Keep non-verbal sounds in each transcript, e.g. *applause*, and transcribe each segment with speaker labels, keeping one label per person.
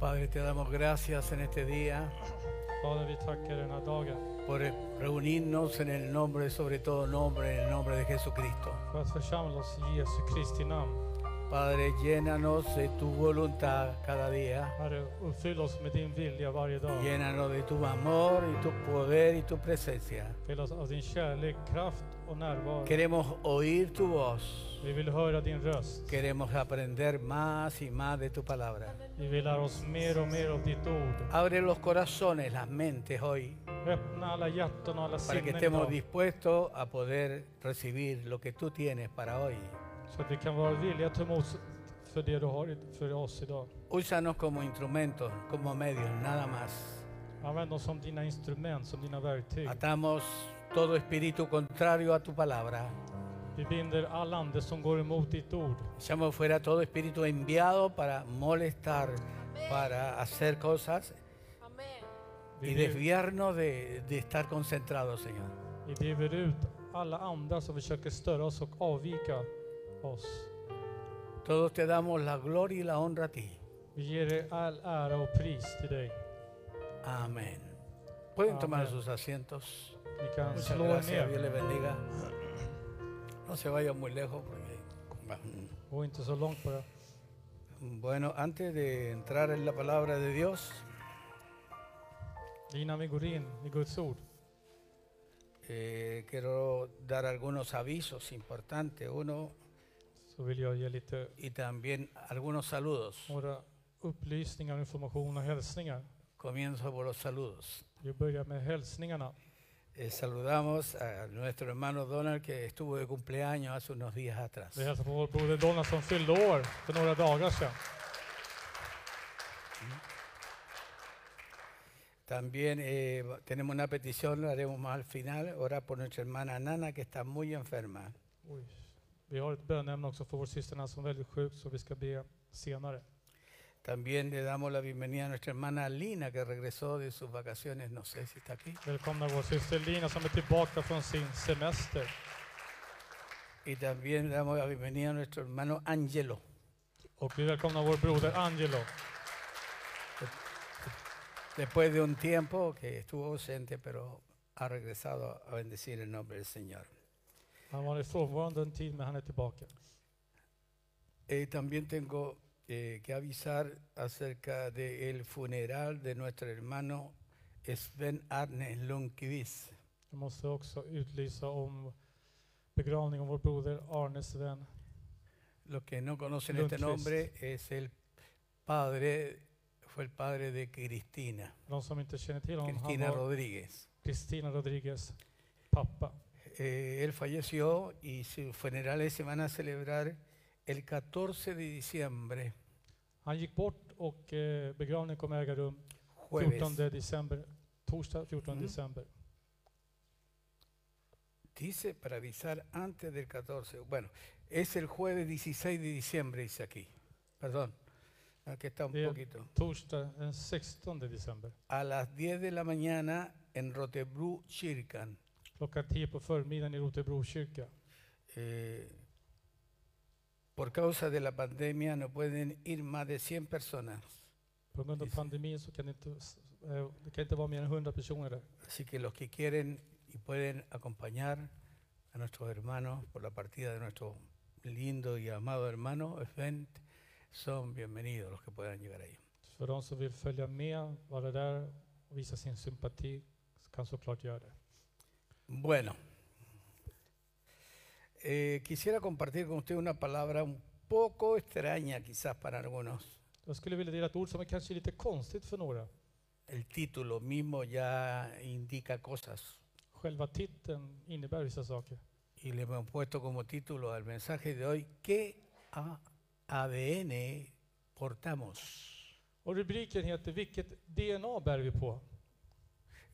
Speaker 1: Padre, te damos gracias en este día
Speaker 2: Fader, vi tackar den här dagen
Speaker 1: por reunirnos en el nombre, sobre todo nombre, en el nombre de Jesucristo.
Speaker 2: för att församla oss i Jesu Kristi namn.
Speaker 1: Padre, llénanos de tu voluntad cada día.
Speaker 2: Herre, uppfyll oss med din vilja varje dag.
Speaker 1: Llénanos de tu amor y tu poder y tu presencia.
Speaker 2: Fyll oss av din kärlek, kraft och närvaro.
Speaker 1: Queremos oír tu voz.
Speaker 2: Vi vill höra din röst.
Speaker 1: Queremos aprender más y más de tu palabra.
Speaker 2: Vi vill lära oss mer och mer av ditt ord.
Speaker 1: Abre los corazones, las mentes hoy,
Speaker 2: Öppna alla hjärtan och alla
Speaker 1: para que
Speaker 2: sinnen
Speaker 1: estemos
Speaker 2: idag,
Speaker 1: dispuestos a poder recibir lo que tú tienes para hoy.
Speaker 2: så att vi kan vara villiga att ta emot för det du har i- för oss idag.
Speaker 1: Úsanos como instrumentos, como medios, nada más.
Speaker 2: Använd oss som dina instrument, som dina verktyg.
Speaker 1: Atamos todo espíritu contrario a tu palabra.
Speaker 2: Vi binder all ande som går emot ditt ord.
Speaker 1: Echamos fuera todo espíritu enviado para molestar, para hacer cosas
Speaker 3: Amén.
Speaker 2: Vi
Speaker 1: y
Speaker 2: driver,
Speaker 1: desviarnos de, de estar concentrados, Señor.
Speaker 2: vi driver ut alla andar som försöker störa oss och avvika oss.
Speaker 1: Todos te damos la gloria y la honra a ti.
Speaker 2: Vi ger dig all ära och pris till dig.
Speaker 1: Amén. Pueden tomar
Speaker 2: Amén.
Speaker 1: sus asientos.
Speaker 2: Ni kan
Speaker 1: Muchas
Speaker 2: slå
Speaker 1: gracias, Dios
Speaker 2: ner
Speaker 1: les bendiga. No se vayan muy lejos porque...
Speaker 2: och inte så långt bara.
Speaker 1: Bueno, antes de entrar en la palabra de Dios,
Speaker 2: Det är Innan vi går in i Guds ord
Speaker 1: eh, quiero dar algunos avisos importantes. Uno,
Speaker 2: så vill jag ge lite
Speaker 1: y también algunos saludos.
Speaker 2: några upplysningar, information och hälsningar.
Speaker 1: Comienzo por los saludos.
Speaker 2: Vi börjar med hälsningarna.
Speaker 1: Eh, saludamos a nuestro hermano Donald que estuvo de cumpleaños hace unos días atrás.
Speaker 2: Vi hälsar på vår broder Donald som fyllde år för några dagar sedan.
Speaker 1: También eh, tenemos una petición, la haremos más al final, ahora por nuestra hermana Nana que está muy enferma.
Speaker 2: Oj. Vi har ett bönämne också för vår syster Nanna som är väldigt sjuk så vi ska be senare.
Speaker 1: También le damos la bienvenida a nuestra hermana Lina que regresó de sus vacaciones, no sé si está aquí.
Speaker 2: Välkomna vår syster Lina som är tillbaka från sin semester.
Speaker 1: Y también le damos la bienvenida a nuestro hermano Angelo.
Speaker 2: Och vi välkomnar vår broder Angelo.
Speaker 1: Después de un tiempo que estuvo ausente, pero ha regresado a bendecir el nombre del Señor.
Speaker 2: Han var frånvarande en tid men han är tillbaka.
Speaker 1: Eh, también tengo eh, que avisar acerca del funeral de nuestro hermano Sven Arne Lundqvist.
Speaker 2: Jag måste också utlysa om begravning av vår broder Arnes vän.
Speaker 1: Los que no conocen este
Speaker 2: Lundqvist.
Speaker 1: nombre es el padre, fue el padre de Cristina,
Speaker 2: De som inte känner till honom, han
Speaker 1: Cristina
Speaker 2: var
Speaker 1: Rodríguez.
Speaker 2: Christina Rodriguez pappa.
Speaker 1: Eh, él falleció y sus funerales se van a celebrar el 14 de diciembre,
Speaker 2: Han gick bort och eh, begravningen kommer äga rum
Speaker 1: jueves.
Speaker 2: 14 december, torsdag 14
Speaker 1: Mm.
Speaker 2: december.
Speaker 1: Dice para avisar antes del 14. Bueno, es el jueves 16 de diciembre, dice aquí. Perdón, aquí está un
Speaker 2: Bien.
Speaker 1: poquito.
Speaker 2: Torsdag den 16 december.
Speaker 1: A las 10 de la mañana en Rotebru, Chircan.
Speaker 2: Klockan 10 på förmiddagen i Rotebro kyrka.
Speaker 1: Eh, por causa de la pandemia no pueden ir más de 100 personas.
Speaker 2: På grund av
Speaker 1: Precis.
Speaker 2: pandemin så kan det inte, s- eh, det kan inte vara mer än 100 personer där.
Speaker 1: Así que los que quieren y pueden acompañar a nuestros hermanos por la partida de nuestro lindo y amado hermano, Sven, son bienvenidos los que puedan llegar ahí.
Speaker 2: För de som vill följa med, vara där och visa sin sympati kan såklart göra det.
Speaker 1: Bueno, eh, quisiera compartir con usted una palabra un poco extraña quizás para algunos.
Speaker 2: Jag skulle vilja dela ett ord som är kanske lite konstigt för några.
Speaker 1: El título mismo ya indica cosas.
Speaker 2: Själva titeln innebär vissa saker.
Speaker 1: Y le hemos puesto como título al mensaje de hoy, ¿qué A- ADN portamos?
Speaker 2: Och rubriken heter Vilket DNA bär vi på?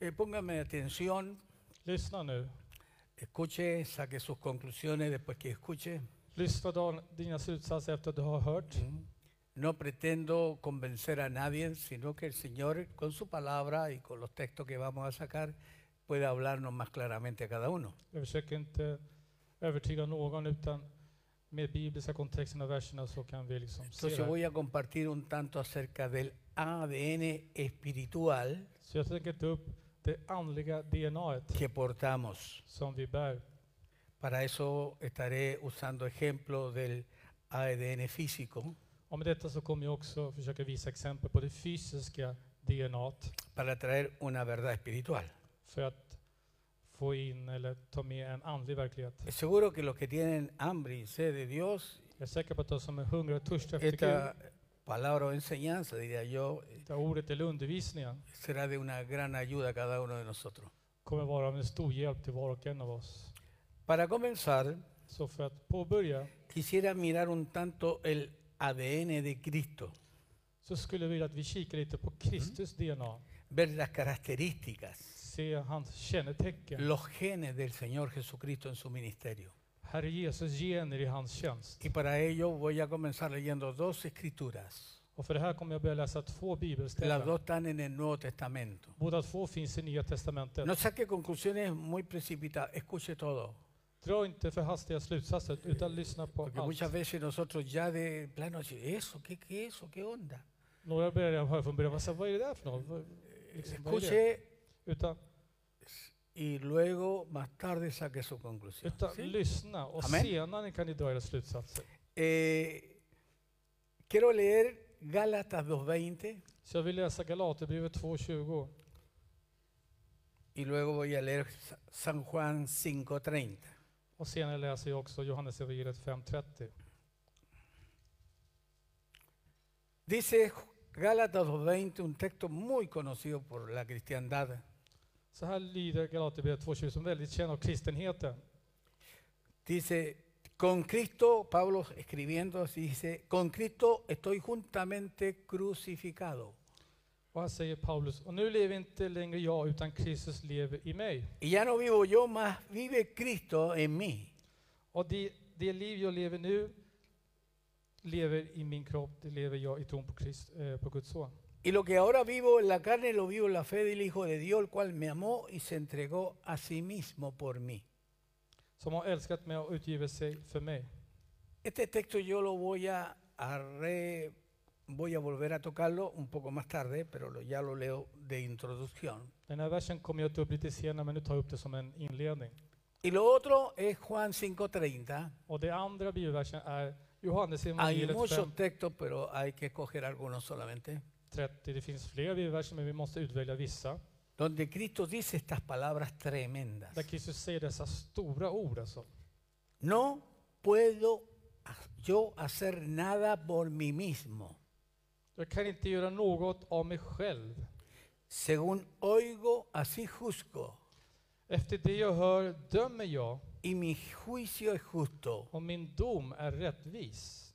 Speaker 1: Eh, póngame atención,
Speaker 2: Lyssna nu.
Speaker 1: escuche, saque sus conclusiones después que escuche.
Speaker 2: Lyssna Dan, dina slutsatser efter att du har hört.
Speaker 1: No pretendo convencer a nadie, sino que el Señor, con su palabra y con los textos que vamos a sacar, pueda hablarnos más claramente a cada uno.
Speaker 2: Jag försöker inte övertyga någon utan med bibliska kontexten och verserna så kan vi liksom se
Speaker 1: Entonces
Speaker 2: det här.
Speaker 1: voy a compartir un tanto acerca del ADN espiritual
Speaker 2: Så jag tänker ta upp det andliga DNAet
Speaker 1: que portamos.
Speaker 2: som vi bär.
Speaker 1: Para eso estaré usando ejemplo del ADN físico
Speaker 2: Och med detta så kommer jag också försöka visa exempel på det fysiska DNAt
Speaker 1: para traer una verdad espiritual.
Speaker 2: för att få in eller ta med en andlig verklighet.
Speaker 1: Seguro que los que tienen hambre y sed de Dios,
Speaker 2: Jag är säker på att de som är hungriga och törstiga efter
Speaker 1: esta
Speaker 2: Gud,
Speaker 1: palabra o enseñanza, diría yo,
Speaker 2: det här ordet eller undervisningen,
Speaker 1: será de una gran ayuda a cada uno de nosotros.
Speaker 2: kommer vara en stor hjälp till var och en av oss.
Speaker 1: Para comenzar,
Speaker 2: Så för att påbörja
Speaker 1: quisiera mirar un tanto el ADN de Cristo,
Speaker 2: så skulle jag vilja att vi kikar lite på Kristus DNA.
Speaker 1: ver las características,
Speaker 2: Se hans kännetecken.
Speaker 1: los genes del Señor Jesucristo en su ministerio.
Speaker 2: Herre Jesus gener i hans tjänst.
Speaker 1: Y para ello voy a comenzar leyendo dos escrituras.
Speaker 2: Och för det här kommer jag börja läsa två
Speaker 1: Las
Speaker 2: bibelställen.
Speaker 1: dos están en el Nuevo Testamento.
Speaker 2: Båda två finns i Nya Testamentet.
Speaker 1: No saque conclusiones muy precipitadas, escuche todo.
Speaker 2: Dra inte för hastiga slutsatser utan lyssna på
Speaker 1: Porque muchas
Speaker 2: allt.
Speaker 1: veces nosotros ya de plano, decimos, ¿eso? ¿Qué qué eso? ¿Qué onda?
Speaker 2: Några börjar höra från början, vad sa- vad är det där för något? Vad- Liksom, vad är det?
Speaker 1: Escuche
Speaker 2: Utan,
Speaker 1: y luego más tarde saque su conclusión.
Speaker 2: utan
Speaker 1: ¿sí?
Speaker 2: lyssna och
Speaker 1: Amen.
Speaker 2: senare kan ni dra era slutsatser.
Speaker 1: Eh, quiero leer Gálatas 2.20
Speaker 2: Så jag vill läsa Galaterbrevet 2.20
Speaker 1: y luego voy a leer Sa- San Juan 5.30.
Speaker 2: och senare läser jag också Johannes 5.30.
Speaker 1: Dice Ju- Gálatas 2.20, un texto muy conocido por la cristiandad.
Speaker 2: Så här lyder Galaterbrevet 2.20 som väldigt känd av kristenheten.
Speaker 1: Dice, con Cristo, Pablo escribiendo, así dice, con Cristo estoy juntamente crucificado.
Speaker 2: Och här säger Paulus, och nu lever inte längre jag utan Kristus lever i mig.
Speaker 1: Y ya no vivo yo, más vive Cristo en mí.
Speaker 2: Och det, det liv jag lever nu lever i min kropp, det lever jag i tron på, Krist, eh, på Guds son.
Speaker 1: Y lo que ahora vivo en la carne lo vivo en la fe del Hijo de Dios, el cual me amó y se entregó a sí mismo por mí.
Speaker 2: Som har älskat mig och utgivit sig för mig.
Speaker 1: Este texto yo lo voy a, a re- voy a volver a tocarlo un poco más tarde, pero lo- ya lo leo de introducción.
Speaker 2: Den här versen kommer jag ta upp lite senare, men nu tar jag upp det som en inledning.
Speaker 1: Y lo otro es Juan 5:30.
Speaker 2: Och det andra bibelversen är Johannes
Speaker 1: Hay
Speaker 2: evangeliet
Speaker 1: muchos textos, pero hay que escoger algunos solamente.
Speaker 2: 5.30. Det finns flera bibelverser, men vi måste utvälja vissa.
Speaker 1: Donde Cristo dice estas palabras tremendas.
Speaker 2: Där Kristus säger dessa stora ord alltså.
Speaker 1: No puedo ha- yo hacer nada por mí mismo.
Speaker 2: Jag kan inte göra något av mig själv.
Speaker 1: Según oigo, así juzgo.
Speaker 2: Efter det jag hör dömer jag,
Speaker 1: Y mi juicio es justo.
Speaker 2: och min dom är rättvis.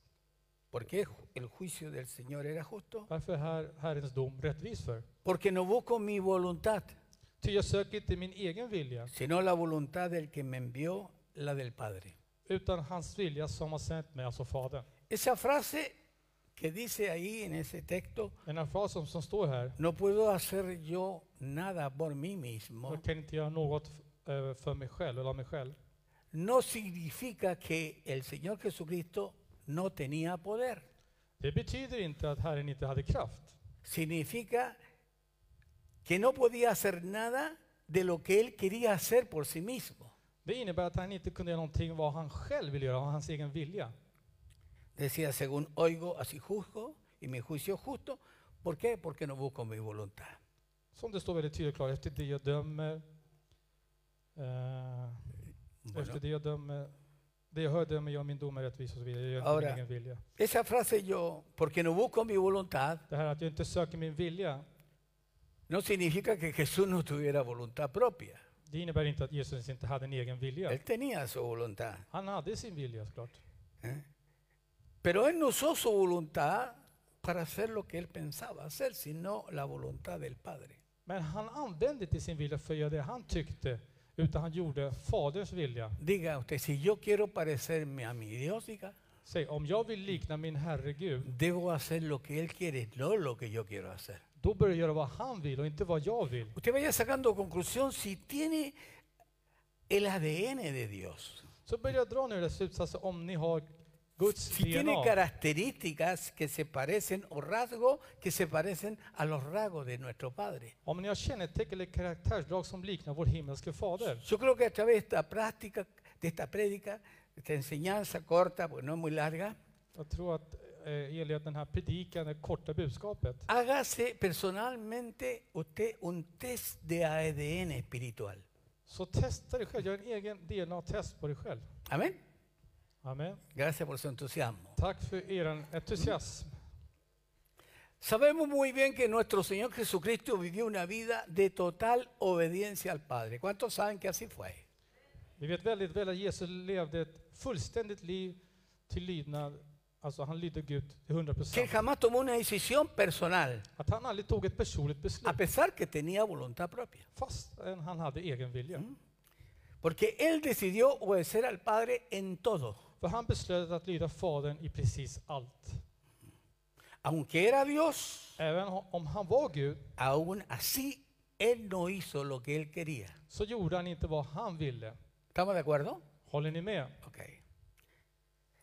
Speaker 1: ¿Por qué ju- el juicio del Señor era justo?
Speaker 2: Varför är här, Herrens dom rättvis för?
Speaker 1: Porque no busco mi voluntad,
Speaker 2: Ty jag söker inte min egen vilja,
Speaker 1: sino la voluntad del que me envió, la del Padre.
Speaker 2: utan hans vilja som har sänt mig, alltså Fadern.
Speaker 1: Esa frase que dice ahí en ese texto,
Speaker 2: Den här frasen som står här,
Speaker 1: no puedo hacer yo nada por mí mismo,
Speaker 2: jag kan inte göra något eh, för mig själv eller av mig själv.
Speaker 1: no significa que el Señor Jesucristo no tenía poder.
Speaker 2: Det betyder inte att Herren inte hade kraft.
Speaker 1: Significa que no podía hacer nada de lo que él quería hacer por sí mismo.
Speaker 2: Det innebär att han inte kunde göra någonting vad han själv ville göra, av hans egen vilja.
Speaker 1: Decía, según oigo, así juzgo, y mi juicio es justo. ¿Por qué? Porque no busco mi voluntad.
Speaker 2: Som det står väldigt tydligt och klart, efter det jag dömer, eh,
Speaker 1: Bueno,
Speaker 2: efter det jag dömer, det jag hör dömer jag, min dom är rättvis och så vidare. Jag gör inte
Speaker 1: Ahora-
Speaker 2: min egen vilja.
Speaker 1: esa frase yo, porque no busco mi voluntad,
Speaker 2: Det här att jag inte söker min vilja,
Speaker 1: no significa que Jesús no tuviera voluntad propia.
Speaker 2: det innebär inte att Jesus inte hade en egen vilja.
Speaker 1: Él tenía su voluntad.
Speaker 2: Han hade sin vilja såklart.
Speaker 1: ¿eh? Pero él no usó su voluntad para hacer lo que él pensaba hacer, sino la voluntad del Padre.
Speaker 2: Men han använde inte sin vilja för att göra det han tyckte, utan han gjorde Faderns vilja.
Speaker 1: Diga usted, si yo quiero parecerme a mi Dios, diga,
Speaker 2: Säg, om jag vill likna min Herre Gud,
Speaker 1: debo hacer lo que Él quiere, no lo que yo quiero hacer.
Speaker 2: då bör jag göra vad han vill och inte vad jag vill.
Speaker 1: Usted vaya sacando conclusión si tiene el ADN de Dios.
Speaker 2: Så börjar jag dra några slutsatser om ni har Guds
Speaker 1: si tiene
Speaker 2: DNA.
Speaker 1: características que se parecen o rasgos que se parecen a los rasgos de nuestro Padre.
Speaker 2: Om ni har kännetecken eller karaktärsdrag som liknar vår himmelske fader.
Speaker 1: Yo creo que a través de esta práctica, de esta prédica, esta enseñanza corta, pues no es muy larga,
Speaker 2: Jag tror att eh, i enlighet med den här predikan, det korta budskapet,
Speaker 1: hágase personalmente usted un test de ADN espiritual.
Speaker 2: så testa dig själv. Gör en egen DNA-test på dig själv.
Speaker 1: Amén.
Speaker 2: Amen.
Speaker 1: Gracias por su entusiasmo.
Speaker 2: Tack för er entusiasm.
Speaker 1: Sabemos muy bien que nuestro Señor Jesucristo vivió una vida de total obediencia al Padre. ¿Cuántos saben que así fue?
Speaker 2: Vi vet väldigt väl att Jesus levde ett fullständigt liv till lydnad. Alltså han lydde Gud till 100
Speaker 1: Que él
Speaker 2: procent.
Speaker 1: jamás tomó una decisión personal,
Speaker 2: Att han aldrig tog ett personligt beslut,
Speaker 1: a pesar que tenía voluntad propia.
Speaker 2: fast han hade egen
Speaker 1: Mm.
Speaker 2: vilja.
Speaker 1: Porque él decidió obedecer al Padre en todo.
Speaker 2: För han beslöt att lyda Fadern i precis allt.
Speaker 1: Aunque era Dios,
Speaker 2: Även ho- om han var Gud,
Speaker 1: aún así él no hizo lo que él quería.
Speaker 2: så gjorde han inte vad han ville.
Speaker 1: ¿Estamos de acuerdo?
Speaker 2: Håller ni med?
Speaker 1: Ok.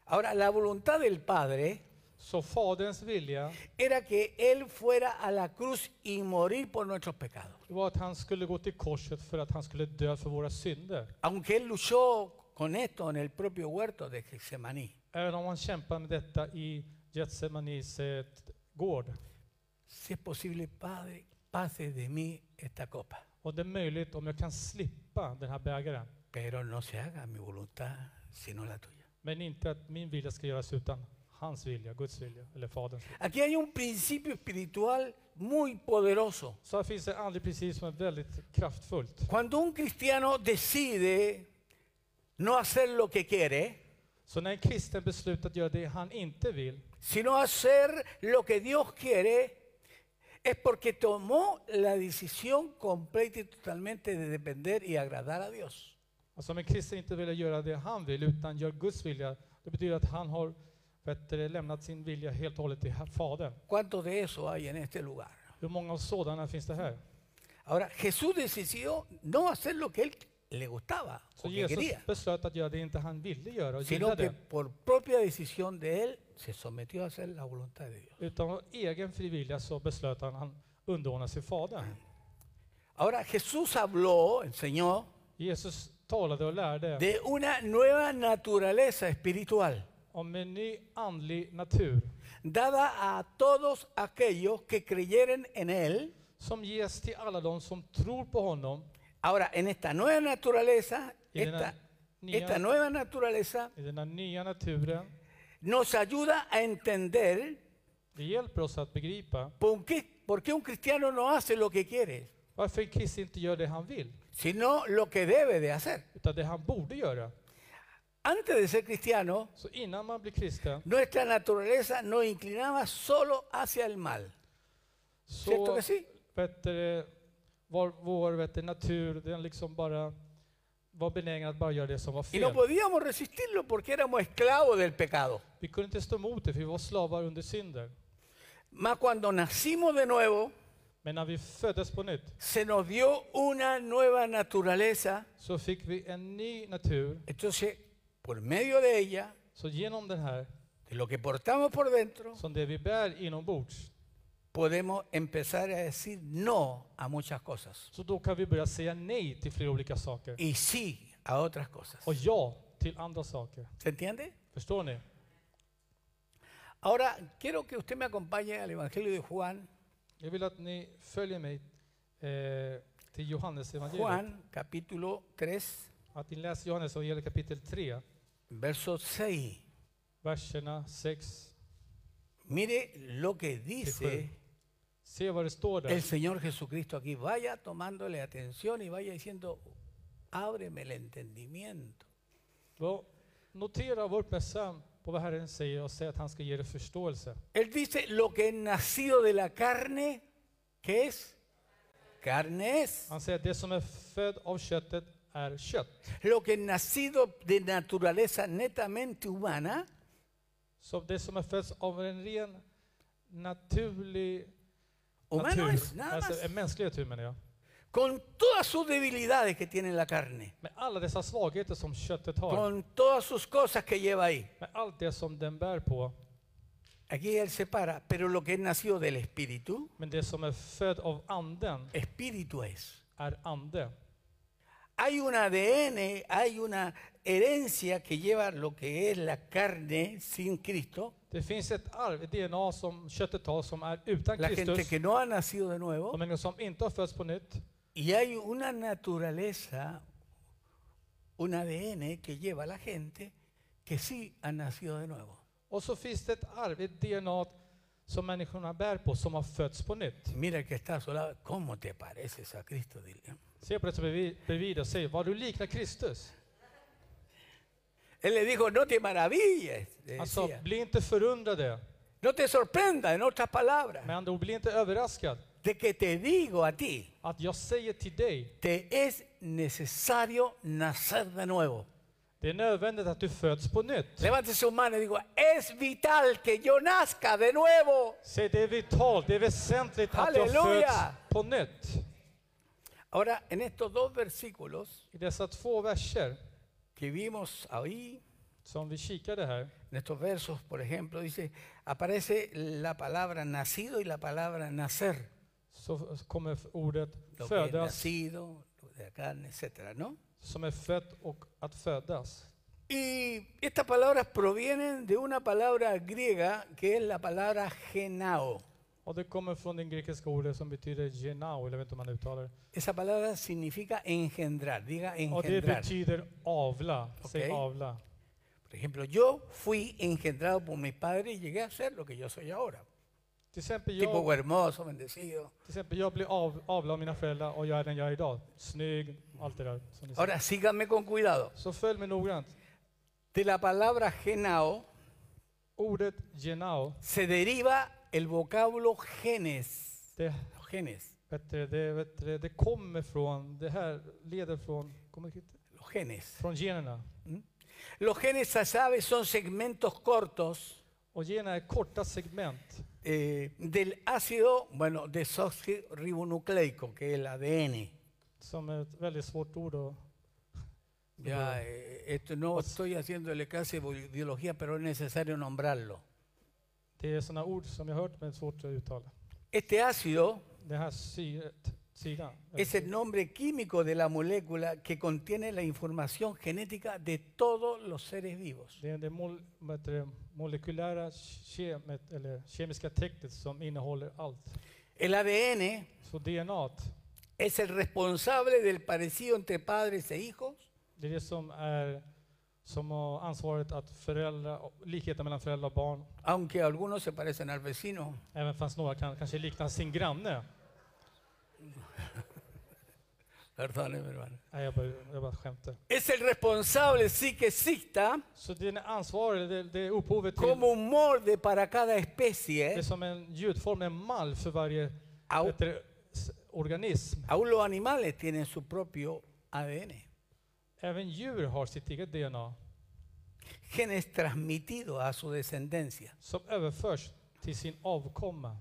Speaker 1: Ahora, la voluntad del Padre
Speaker 2: Så Faderns vilja
Speaker 1: era que él fuera a la cruz y morir por nuestros pecados.
Speaker 2: var att han skulle gå till korset för att han skulle dö för våra synder.
Speaker 1: Aunque él luchó con esto en el propio huerto de Getsemaní,
Speaker 2: Även om han kämpade med detta i Getsemanis eh, t- gård.
Speaker 1: si es posible, Padre, pase de mí esta copa,
Speaker 2: Och det är möjligt om jag kan slippa den här bägaren.
Speaker 1: pero no se haga mi voluntad sino la tuya.
Speaker 2: Men inte att min vilja ska göras utan hans vilja, Guds vilja, eller Faderns vilja.
Speaker 1: Aquí hay un principio espiritual muy poderoso.
Speaker 2: Så här finns det aldrig precis som är väldigt kraftfullt.
Speaker 1: Cuando un cristiano decide no hacer lo que quiere,
Speaker 2: Så när en kristen beslutar att göra det han inte vill,
Speaker 1: sino hacer lo que Dios quiere, es porque tomó la decisión completa y totalmente de depender y agradar a Dios.
Speaker 2: Alltså om en kristen inte vill göra det han vill utan gör Guds vilja, det betyder att han har vet, du, lämnat sin vilja helt och hållet till Fadern.
Speaker 1: ¿Cuánto de eso hay en este lugar?
Speaker 2: Hur många av sådana finns det här?
Speaker 1: Ahora, Jesús decidió no hacer lo que él le gustaba
Speaker 2: Så
Speaker 1: o que
Speaker 2: Jesus
Speaker 1: quería,
Speaker 2: beslöt att göra det inte han ville göra och
Speaker 1: sino que
Speaker 2: gillade,
Speaker 1: por propia decisión de él se sometió a hacer la voluntad de Dios.
Speaker 2: utan av egen fri vilja så beslöt han att underordna sig Fadern.
Speaker 1: Ahora Jesús habló, enseñó,
Speaker 2: Jesus talade och lärde
Speaker 1: de una nueva naturaleza espiritual
Speaker 2: om en ny andlig natur
Speaker 1: dada a todos aquellos que creyeren en Él.
Speaker 2: som ges till alla de som tror på honom
Speaker 1: Ahora, en esta nueva naturaleza,
Speaker 2: i den här
Speaker 1: esta, esta
Speaker 2: nya,
Speaker 1: nueva naturaleza
Speaker 2: i den här nya naturen.
Speaker 1: nos ayuda a entender
Speaker 2: Det hjälper oss att begripa
Speaker 1: por qué, por qué un cristiano no hace lo que quiere,
Speaker 2: varför en kristen inte gör det han vill,
Speaker 1: sino lo que debe de hacer.
Speaker 2: utan det han borde göra.
Speaker 1: Antes de ser cristiano,
Speaker 2: Så innan man blir kristen
Speaker 1: nuestra naturaleza nos inclinaba solo hacia el mal. ¿Cierto
Speaker 2: så
Speaker 1: que sí?
Speaker 2: vet du, var vår vet du, natur den liksom bara var benägen att bara göra det som var
Speaker 1: Y no
Speaker 2: fel.
Speaker 1: podíamos resistirlo porque éramos esclavos del pecado.
Speaker 2: Vi kunde inte stå emot det för vi var slavar under synden.
Speaker 1: Mas cuando nacimos de nuevo,
Speaker 2: Men när vi föddes på nytt
Speaker 1: se nos dio una nueva naturaleza.
Speaker 2: så fick vi en ny natur.
Speaker 1: Entonces, por medio de ella,
Speaker 2: Så genom den här,
Speaker 1: de lo que portamos por dentro,
Speaker 2: som det vi bär inombords,
Speaker 1: podemos empezar a decir no a muchas cosas
Speaker 2: så då kan vi börja säga nej till flera olika saker
Speaker 1: y sí a otras cosas.
Speaker 2: och ja till andra saker.
Speaker 1: ¿Se entiende?
Speaker 2: Förstår ni?
Speaker 1: Ahora, quiero que usted me acompañe al Evangelio de Juan,
Speaker 2: Jag vill att ni följer mig eh, till Johannes evangeliet.
Speaker 1: Juan capítulo 3,
Speaker 2: Att ni läser Johannes evangeliet kapitel 3,
Speaker 1: verso 6.
Speaker 2: verserna 6.
Speaker 1: Mire lo que dice
Speaker 2: fue. Se vad det står
Speaker 1: el
Speaker 2: där.
Speaker 1: Señor Jesucristo aquí. Vaya tomándole atención y vaya diciendo, ábreme el entendimiento.
Speaker 2: Va- Notera och var uppmärksam på vad Herren säger och säg att han ska ge dig förståelse.
Speaker 1: Él dice, lo que es nacido de la carne, ¿qué es? Carne es.
Speaker 2: Han säger att det som är född av köttet är kött.
Speaker 1: Lo que es nacido de naturaleza netamente humana,
Speaker 2: Så det som är fött av en ren naturlig
Speaker 1: humano
Speaker 2: natur,
Speaker 1: es, nada
Speaker 2: alltså
Speaker 1: más.
Speaker 2: en mänsklig natur menar jag,
Speaker 1: con todas sus debilidades que tiene la carne,
Speaker 2: Med alla dessa svagheter som köttet har.
Speaker 1: con todas sus cosas que lleva ahí.
Speaker 2: Med allt det som den bär på.
Speaker 1: Aquí Él separa, pero lo que es nacido del espíritu,
Speaker 2: Men det som är född av anden
Speaker 1: espíritu es.
Speaker 2: är ande.
Speaker 1: Hay un ADN, hay una herencia que lleva lo que es la carne sin Cristo,
Speaker 2: Det finns ett arv, ett DNA som köttet har som är utan
Speaker 1: la gente
Speaker 2: Kristus.
Speaker 1: que no ha nacido de nuevo,
Speaker 2: De människor som inte har fötts på nytt.
Speaker 1: y hay una naturaleza, un ADN que lleva a la gente que sí ha nacido de nuevo.
Speaker 2: Och så finns det ett arv, ett DNA som människorna bär på som har fötts på nytt.
Speaker 1: Mira el que está a su lado, ¿cómo te pareces a Cristo? Dile.
Speaker 2: Se på det som är vid- bredvid och säg, vad du liknar Kristus.
Speaker 1: Él le dijo, no te maravilles, le
Speaker 2: Alltså,
Speaker 1: decía.
Speaker 2: bli inte förundrade.
Speaker 1: no te sorprenda, en otras palabras,
Speaker 2: Med andra ord, bli inte överraskad.
Speaker 1: de que te digo a ti,
Speaker 2: Att jag säger till dig,
Speaker 1: te es necesario nacer de nuevo.
Speaker 2: det är nödvändigt att du föds på nytt.
Speaker 1: Levante su mano y digo, es vital que yo nazca de nuevo.
Speaker 2: Säg, det är vitalt, det är väsentligt att jag
Speaker 1: Halleluja!
Speaker 2: föds på nytt.
Speaker 1: Ahora, en estos dos versículos
Speaker 2: I dessa två verser
Speaker 1: que vimos ahí,
Speaker 2: som vi kikade här,
Speaker 1: en estos versos, por ejemplo, dice, aparece la palabra nacido y la palabra nacer.
Speaker 2: så kommer ordet
Speaker 1: Lo que es
Speaker 2: födas,
Speaker 1: nacido, lo de la carne, etcétera, ¿no?
Speaker 2: som är fött och att födas.
Speaker 1: Y estas palabras provienen de una palabra griega que es la palabra genao.
Speaker 2: Och det kommer från det grekiska ordet som betyder genao, eller jag vet inte hur man uttalar det.
Speaker 1: Esa palabra significa engendrar, diga
Speaker 2: Och det
Speaker 1: engendrar.
Speaker 2: betyder avla. Säg
Speaker 1: Okej.
Speaker 2: avla.
Speaker 1: Por ejemplo, yo fui engendrado por mis padres y llegué a ser lo que yo soy ahora.
Speaker 2: Till exempel
Speaker 1: Tipo
Speaker 2: jag,
Speaker 1: hermoso, bendecido.
Speaker 2: till exempel jag blir av, avla av mina föräldrar och jag är den jag är idag. Snygg, allt det där. Som ni säger.
Speaker 1: Ahora síganme con cuidado.
Speaker 2: Så följ mig noggrant.
Speaker 1: De la palabra genao
Speaker 2: Ordet genao,
Speaker 1: se deriva el vocablo genes.
Speaker 2: det,
Speaker 1: Los genes,
Speaker 2: vet du, det, vet du, det kommer från, det här leder från, kommer det hit?
Speaker 1: los genes.
Speaker 2: från generna.
Speaker 1: Los genes, se sabe, son segmentos cortos
Speaker 2: Och generna är korta segment
Speaker 1: eh, del ácido, bueno, desoxirribonucleico, que es el ADN.
Speaker 2: som är ett väldigt svårt ord att
Speaker 1: Ya, eh, esto no estoy haciéndole casi biología, pero es necesario nombrarlo.
Speaker 2: Det är sådana ord som jag har hört men svårt att uttala.
Speaker 1: Este ácido
Speaker 2: Det här syret, syran.
Speaker 1: es el nombre químico de la molécula que contiene la información genética de todos los seres vivos.
Speaker 2: Det är det mol, vad heter det, molekylära kemet, eller kemiska täcket som innehåller allt.
Speaker 1: El ADN
Speaker 2: Så DNA,
Speaker 1: es el responsable del parecido entre padres e hijos,
Speaker 2: det är det som är som har ansvaret att föräldrar, likheten mellan föräldrar och barn,
Speaker 1: aunque algunos se parecen al vecino.
Speaker 2: även fast några kan kanske likna sin granne.
Speaker 1: Perdóneme, hermano.
Speaker 2: Nej, jag bara, jag bara skämtar.
Speaker 1: Es el responsable, sí que exista,
Speaker 2: Så det är ansvaret, det, det är upphovet till
Speaker 1: como un molde para cada
Speaker 2: Det är
Speaker 1: especie, ¿eh?
Speaker 2: som en ljudform, en mall för varje
Speaker 1: Au.
Speaker 2: vet du, s- organism.
Speaker 1: aún los animales tienen su propio ADN.
Speaker 2: Även djur har sitt eget DNA
Speaker 1: Genes transmitidos a su descendencia,
Speaker 2: som överförs till sin avkomma.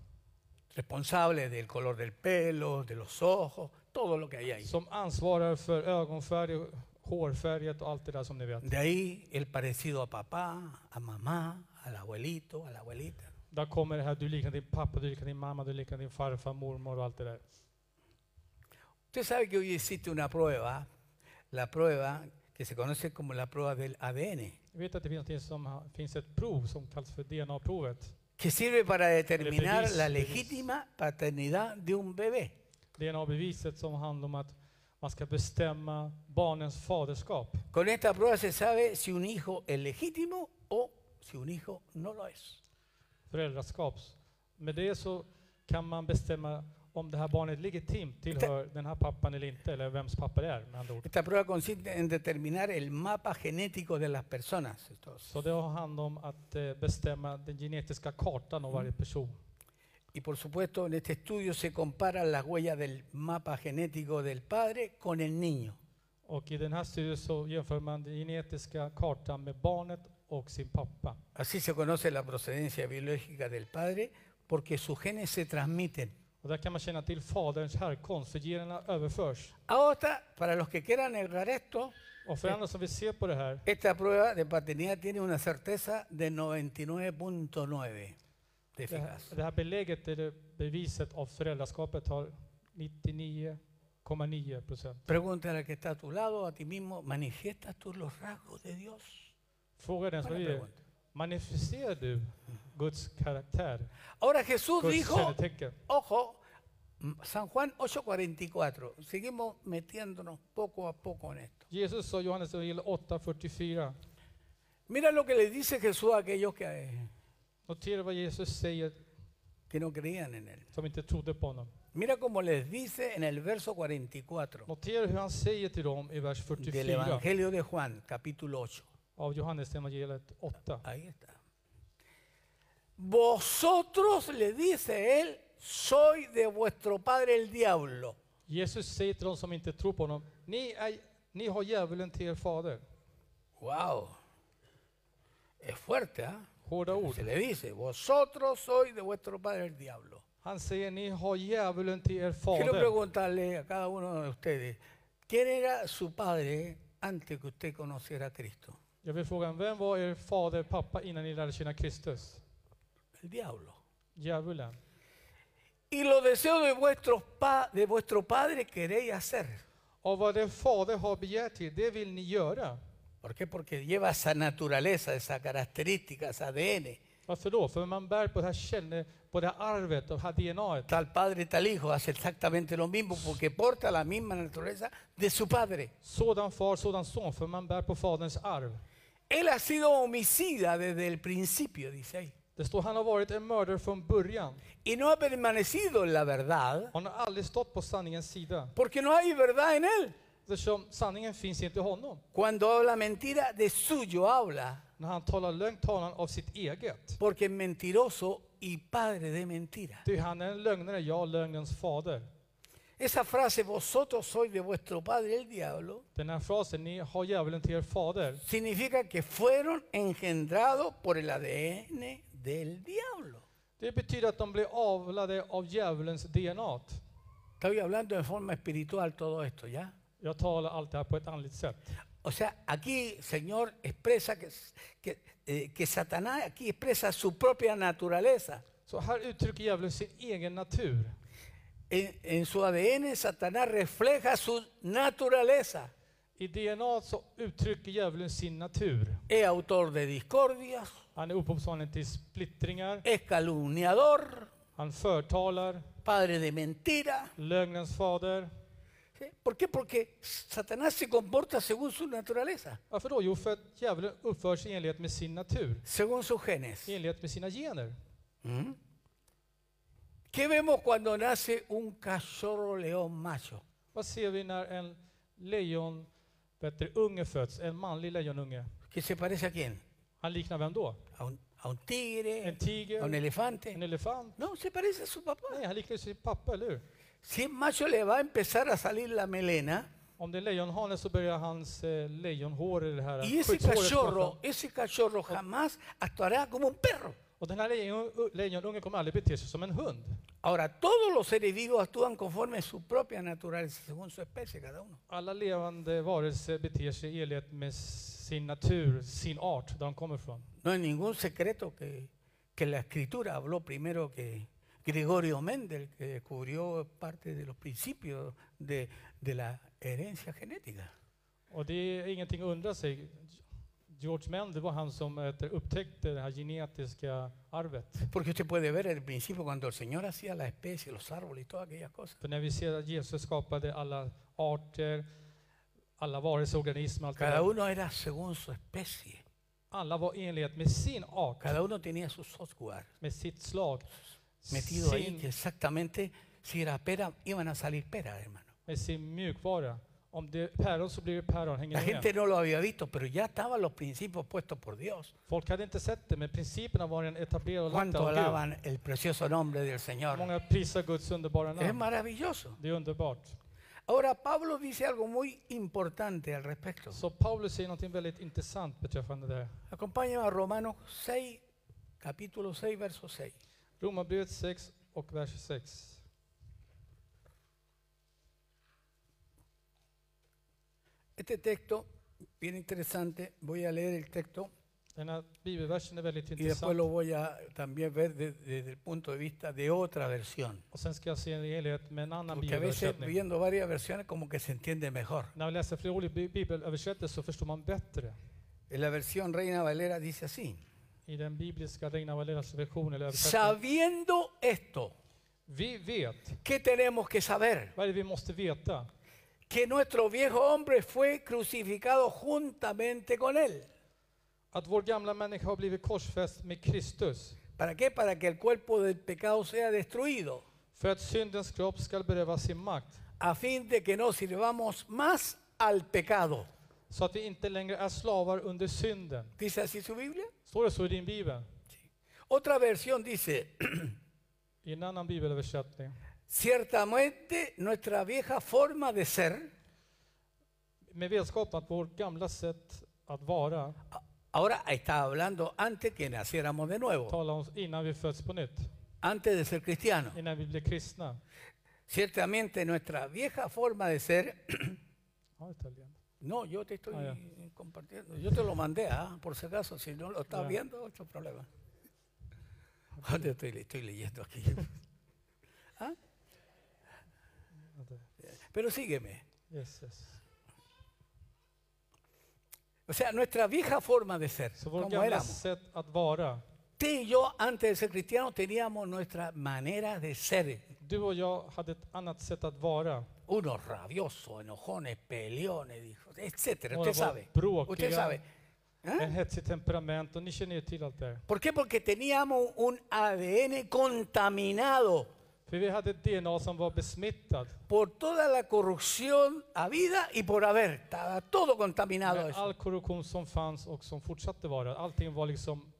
Speaker 1: responsable del color del pelo, de los ojos, todo lo que hay ahí.
Speaker 2: Som ansvarar för ögonfärg, och hårfärget och allt det där som ni vet.
Speaker 1: De ahí el parecido a papá, a mamá, al abuelito, a la abuelita.
Speaker 2: Där kommer det här, du liknar din pappa, du liknar din mamma, du liknar din farfar, mormor och allt det där.
Speaker 1: Usted sabe que hoy existe una prueba, la prueba que se conoce como la prueba del ADN,
Speaker 2: Jag vet att det finns, något som, ha- finns ett prov som kallas för DNA-provet.
Speaker 1: que sirve para determinar
Speaker 2: pedís,
Speaker 1: la
Speaker 2: pedís.
Speaker 1: legítima paternidad de un bebé.
Speaker 2: DNA-beviset som handlar om att man ska bestämma barnens faderskap.
Speaker 1: Con esta prueba se sabe si un hijo es legítimo o si un hijo no lo es.
Speaker 2: föräldraskap. Med det så kan man bestämma om det här barnet legitimt tillhör den här pappan eller inte, eller vems pappa det är med andra ord.
Speaker 1: Esta prueba consiste en determinar el mapa genético de las personas. entonces.
Speaker 2: Så det har hand om att eh, bestämma den genetiska kartan av varje person.
Speaker 1: Y por supuesto, en este estudio se comparan las huellas del mapa genético del padre con el niño.
Speaker 2: Och i den här studien så jämför man den genetiska kartan med barnet och sin pappa.
Speaker 1: Así se conoce la procedencia biológica del padre porque sus genes se transmiten.
Speaker 2: Och där kan man känna till Faderns härkomst, för generna överförs.
Speaker 1: Ahora, para los que quieran negar esto,
Speaker 2: Och för andra som vill se på det här,
Speaker 1: esta prueba de paternidad tiene una certeza de 99.9 de
Speaker 2: det här,
Speaker 1: eficaz.
Speaker 2: det här belägget, eller beviset av föräldraskapet har 99,9 procent.
Speaker 1: Pregúntale al que está a tu lado, a ti mismo, ¿manifiestas tú los rasgos de Dios?
Speaker 2: Fråga den som
Speaker 1: Buena
Speaker 2: vill,
Speaker 1: pregunta.
Speaker 2: manifesterar du Guds karaktär?
Speaker 1: Ahora Jesús
Speaker 2: Guds
Speaker 1: dijo,
Speaker 2: kännetecken?
Speaker 1: ojo, m- San Juan 8:44, seguimos metiéndonos poco a poco en esto.
Speaker 2: Jesus sa i Johannes evangeliet 8.44.
Speaker 1: Mira lo que le dice Jesús a aquellos que, eh,
Speaker 2: Notera vad Jesus säger
Speaker 1: que no creían en él.
Speaker 2: som inte trodde på honom.
Speaker 1: Mira cómo les dice en el verso 44
Speaker 2: Notera hur han säger till dem i vers
Speaker 1: del
Speaker 2: 44
Speaker 1: Evangelio de Juan, capítulo 8.
Speaker 2: av Johannes evangeliet 8.
Speaker 1: Ahí está. Vosotros, le dice él, soy de vuestro padre el diablo.
Speaker 2: Jesus säger till de som inte tror på honom, ni, är, ni har djävulen till er fader.
Speaker 1: Wow. Es fuerte, ¿ah?
Speaker 2: Hårda
Speaker 1: Se
Speaker 2: ord.
Speaker 1: le dice, vosotros sois de vuestro padre el diablo.
Speaker 2: Han säger, ni har djävulen till er
Speaker 1: Quiero
Speaker 2: fader.
Speaker 1: preguntarle a cada uno de ustedes, ¿quién era su padre antes que usted conociera a Cristo?
Speaker 2: Jag vill fråga, vem var er fader, pappa, innan ni lärde känna Kristus?
Speaker 1: El diablo.
Speaker 2: Djävulen.
Speaker 1: Y los deseos de, vuestros pa- de vuestro padre queréis hacer.
Speaker 2: Och vad er fader har begär till, det vill ni göra.
Speaker 1: ¿Por qué? Porque lleva esa naturaleza, esa característica, esa ADN.
Speaker 2: Varför då? För man bär på det här, känne, på det här arvet och det här DNAet.
Speaker 1: Tal padre, tal hijo hace exactamente lo mismo porque porta la misma naturaleza de su padre.
Speaker 2: Sådan far, sådan son, för man bär på faderns arv.
Speaker 1: Él ha sido homicida desde el principio, dice ahí.
Speaker 2: Det står han har varit en mördare från början.
Speaker 1: Y no ha permanecido en la verdad
Speaker 2: Han har aldrig stått på sanningens sida.
Speaker 1: porque no hay verdad en él.
Speaker 2: Eftersom sanningen finns inte i honom.
Speaker 1: Cuando habla mentira, de suyo habla,
Speaker 2: När han talar lögn talar han av sitt eget.
Speaker 1: porque es mentiroso y padre de mentira.
Speaker 2: Ty han är en lögnare, jag lögnens fader.
Speaker 1: Esa frase, vosotros sois de vuestro padre el diablo,
Speaker 2: Den här frasen, ni har djävulen till er fader,
Speaker 1: significa que fueron engendrados por el ADN del diablo.
Speaker 2: det betyder att de blir avlade av djävulens DNA. t.
Speaker 1: Estoy hablando de forma espiritual todo esto, ¿ya?
Speaker 2: Jag talar allt det här på ett andligt sätt.
Speaker 1: O sea, aquí Señor expresa que, que, eh, que Satanás aquí expresa su propia naturaleza.
Speaker 2: Så här uttrycker djävulen sin egen natur.
Speaker 1: En, en su ADN Satanás refleja su naturaleza.
Speaker 2: I DNA så uttrycker djävulen sin natur.
Speaker 1: Es autor de discordias,
Speaker 2: Han är upphovsmannen till splittringar,
Speaker 1: es calumniador,
Speaker 2: han förtalar,
Speaker 1: padre de mentira.
Speaker 2: lögnens fader.
Speaker 1: ¿sí? ¿Por qué? Porque Satanás se comporta según su naturaleza,
Speaker 2: Varför då? Jo, för att djävulen uppför sig i enlighet med sin natur,
Speaker 1: según sus genes.
Speaker 2: i enlighet med sina gener.
Speaker 1: ¿Mm? ¿Qué vemos cuando nace un cachorro león macho?
Speaker 2: Vad ser vi när en lejon, bättre, unge föds? En manlig lejonunge.
Speaker 1: ¿Que se parece a quién?
Speaker 2: Han liknar vem då?
Speaker 1: ¿A un, a un
Speaker 2: En
Speaker 1: tigre? ¿A un
Speaker 2: tiger?
Speaker 1: elefante?
Speaker 2: En elefant?
Speaker 1: No, se parece a su papá.
Speaker 2: Nej, han liknar ju sin pappa, eller hur?
Speaker 1: Si es macho le va a empezar a salir la melena
Speaker 2: Om det är en lejonhane så börjar hans eh, lejonhår, eller det här
Speaker 1: y ese
Speaker 2: skyddshåret, komma fram.
Speaker 1: cachorro, ese cachorro jamás actuará como un perro.
Speaker 2: Och den här lejon, lejonungen kommer aldrig bete sig som en hund.
Speaker 1: Ahora, todos los seres vivos actúan conforme a su propia naturaleza, según su especie cada uno.
Speaker 2: Alla levande varelser beter sig i enlighet med sin natur, sin art, där de kommer ifrån.
Speaker 1: No hay ningún secreto que, que la escritura habló primero que Gregorio Mendel, que descubrió parte de los principios de, de la herencia genética.
Speaker 2: Och det är ingenting att undra sig. George Mendel var han som eh, upptäckte det här genetiska arvet.
Speaker 1: Porque usted puede ver al principio cuando el Señor hacía la especie, los árboles y todas aquellas cosas.
Speaker 2: För när vi ser att Jesus skapade alla arter, alla varelser, organismer, allt det
Speaker 1: Cada
Speaker 2: där.
Speaker 1: uno era según su especie.
Speaker 2: Alla var i enlighet med sin art,
Speaker 1: Cada uno tenía su software
Speaker 2: med sitt slag.
Speaker 1: metido ahí que
Speaker 2: Sin,
Speaker 1: exactamente si era pera, iban a salir peras, hermano.
Speaker 2: med sin mjukvara. Om det är päron så blir det päron,
Speaker 1: La
Speaker 2: hänger ni
Speaker 1: gente
Speaker 2: med?
Speaker 1: no lo había visto, pero ya estaban los principios puestos por Dios.
Speaker 2: Folk hade inte sett det, men principerna var en etablerad och lagd
Speaker 1: ¿Cuánto
Speaker 2: av Gud.
Speaker 1: alaban el precioso nombre del Señor?
Speaker 2: Många prisar Guds underbara
Speaker 1: Es
Speaker 2: namn.
Speaker 1: maravilloso.
Speaker 2: Det är underbart.
Speaker 1: Ahora Pablo dice algo muy importante al respecto.
Speaker 2: Så Paulus säger något väldigt intressant beträffande det här.
Speaker 1: Acompáñame a Romanos 6, capítulo 6, verso 6.
Speaker 2: Romarbrevet 6 och vers 6.
Speaker 1: Este texto, bien interesante, voy a leer el texto
Speaker 2: Den här bibelversen är väldigt
Speaker 1: y después lo
Speaker 2: intressant.
Speaker 1: voy a también ver de- desde el punto de vista de otra versión.
Speaker 2: Och sen ska jag se en helhet med en annan
Speaker 1: Porque a veces
Speaker 2: bibelöversättning.
Speaker 1: viendo varias versiones como que se entiende mejor.
Speaker 2: När vi läser flera olika bi- bibelöversättningar så förstår man bättre.
Speaker 1: En la versión Reina Valera dice así.
Speaker 2: I den bibliska Reina Valeras version eller översättning.
Speaker 1: Sabiendo esto,
Speaker 2: Vi vet.
Speaker 1: ¿qué tenemos que saber?
Speaker 2: Vad är det vi måste veta?
Speaker 1: Que nuestro viejo hombre fue crucificado juntamente con él.
Speaker 2: Att vår gamla människa har blivit korsfäst med Kristus.
Speaker 1: ¿Para qué? Para que el cuerpo del pecado sea destruido,
Speaker 2: För att syndens kropp ska berövas sin makt.
Speaker 1: a fin de que no sirvamos más al pecado.
Speaker 2: Så att vi inte längre är slavar under synden.
Speaker 1: ¿Dice así su Biblia?
Speaker 2: Står det så i din bibel?
Speaker 1: Otra versión dice, *clears throat*
Speaker 2: I en annan bibelöversättning.
Speaker 1: ciertamente nuestra vieja forma de ser,
Speaker 2: Med vetskapen att vårt gamla sätt att vara
Speaker 1: a- ahora está hablando antes que naciéramos de nuevo,
Speaker 2: talar om innan vi föds på nytt.
Speaker 1: antes de ser cristianos.
Speaker 2: Innan vi blir kristna.
Speaker 1: Ciertamente nuestra vieja forma de ser, *clears throat*
Speaker 2: Ja, Italien.
Speaker 1: no, yo te estoy
Speaker 2: Ah,
Speaker 1: compartiendo, yo te lo mandé, ah, por si acaso, si no lo estás
Speaker 2: Ya.
Speaker 1: viendo, otro problema. *laughs* Te estoy, le- estoy leyendo aquí. *laughs* ¿Ah?
Speaker 2: Vänta.
Speaker 1: Pero sígueme.
Speaker 2: Yes, yes.
Speaker 1: O sea, nuestra vieja forma de ser,
Speaker 2: Så vårt
Speaker 1: como
Speaker 2: gamla
Speaker 1: éramos.
Speaker 2: sätt att vara.
Speaker 1: Usted y yo, antes de ser cristianos, teníamos nuestra manera de ser.
Speaker 2: Du och jag hade ett annat sätt att vara.
Speaker 1: Unos rabiosos, enojones, peleones, dijo, etcétera.
Speaker 2: Några
Speaker 1: Usted
Speaker 2: var
Speaker 1: sabe. Usted
Speaker 2: bråkiga,
Speaker 1: sabe.
Speaker 2: en hetsig temperament och ni känner ju till allt det här.
Speaker 1: ¿Por qué? Porque teníamos un ADN contaminado
Speaker 2: För vi hade ett DNA som var besmittat
Speaker 1: por toda la corrupción habida y por haber. Estaba todo contaminado.
Speaker 2: med
Speaker 1: Eso.
Speaker 2: all korruption som fanns och som fortsatte vara. Allting var liksom,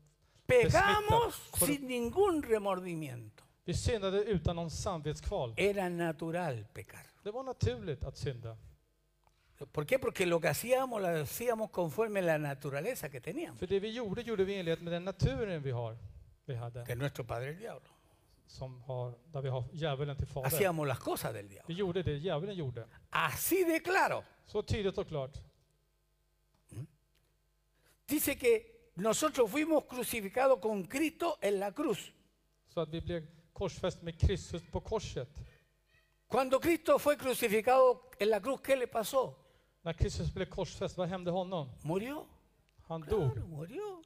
Speaker 1: Pecamos
Speaker 2: corru-
Speaker 1: sin ningún remordimiento.
Speaker 2: vi syndade utan någon samvetskval.
Speaker 1: Era natural pecar.
Speaker 2: Det var naturligt att synda.
Speaker 1: ¿Por qué? Porque lo que hacíamos lo hacíamos conforme a la naturaleza que teníamos.
Speaker 2: För det vi gjorde, gjorde vi i enlighet med den naturen vi har. Vi hade,
Speaker 1: De nuestro padre el diablo.
Speaker 2: som har, där vi har djävulen till fader.
Speaker 1: Hacíamos las cosas del diablo.
Speaker 2: Vi gjorde det djävulen gjorde.
Speaker 1: Así de claro.
Speaker 2: Så tydligt och klart.
Speaker 1: Dice que nosotros fuimos crucificados con Cristo en la cruz.
Speaker 2: Så att vi blev korsfäst med Kristus på korset.
Speaker 1: Cuando Cristo fue crucificado en la cruz, ¿qué le pasó?
Speaker 2: När Kristus blev korsfäst, vad hände honom?
Speaker 1: Murió.
Speaker 2: Han dog.
Speaker 1: Claro, murió.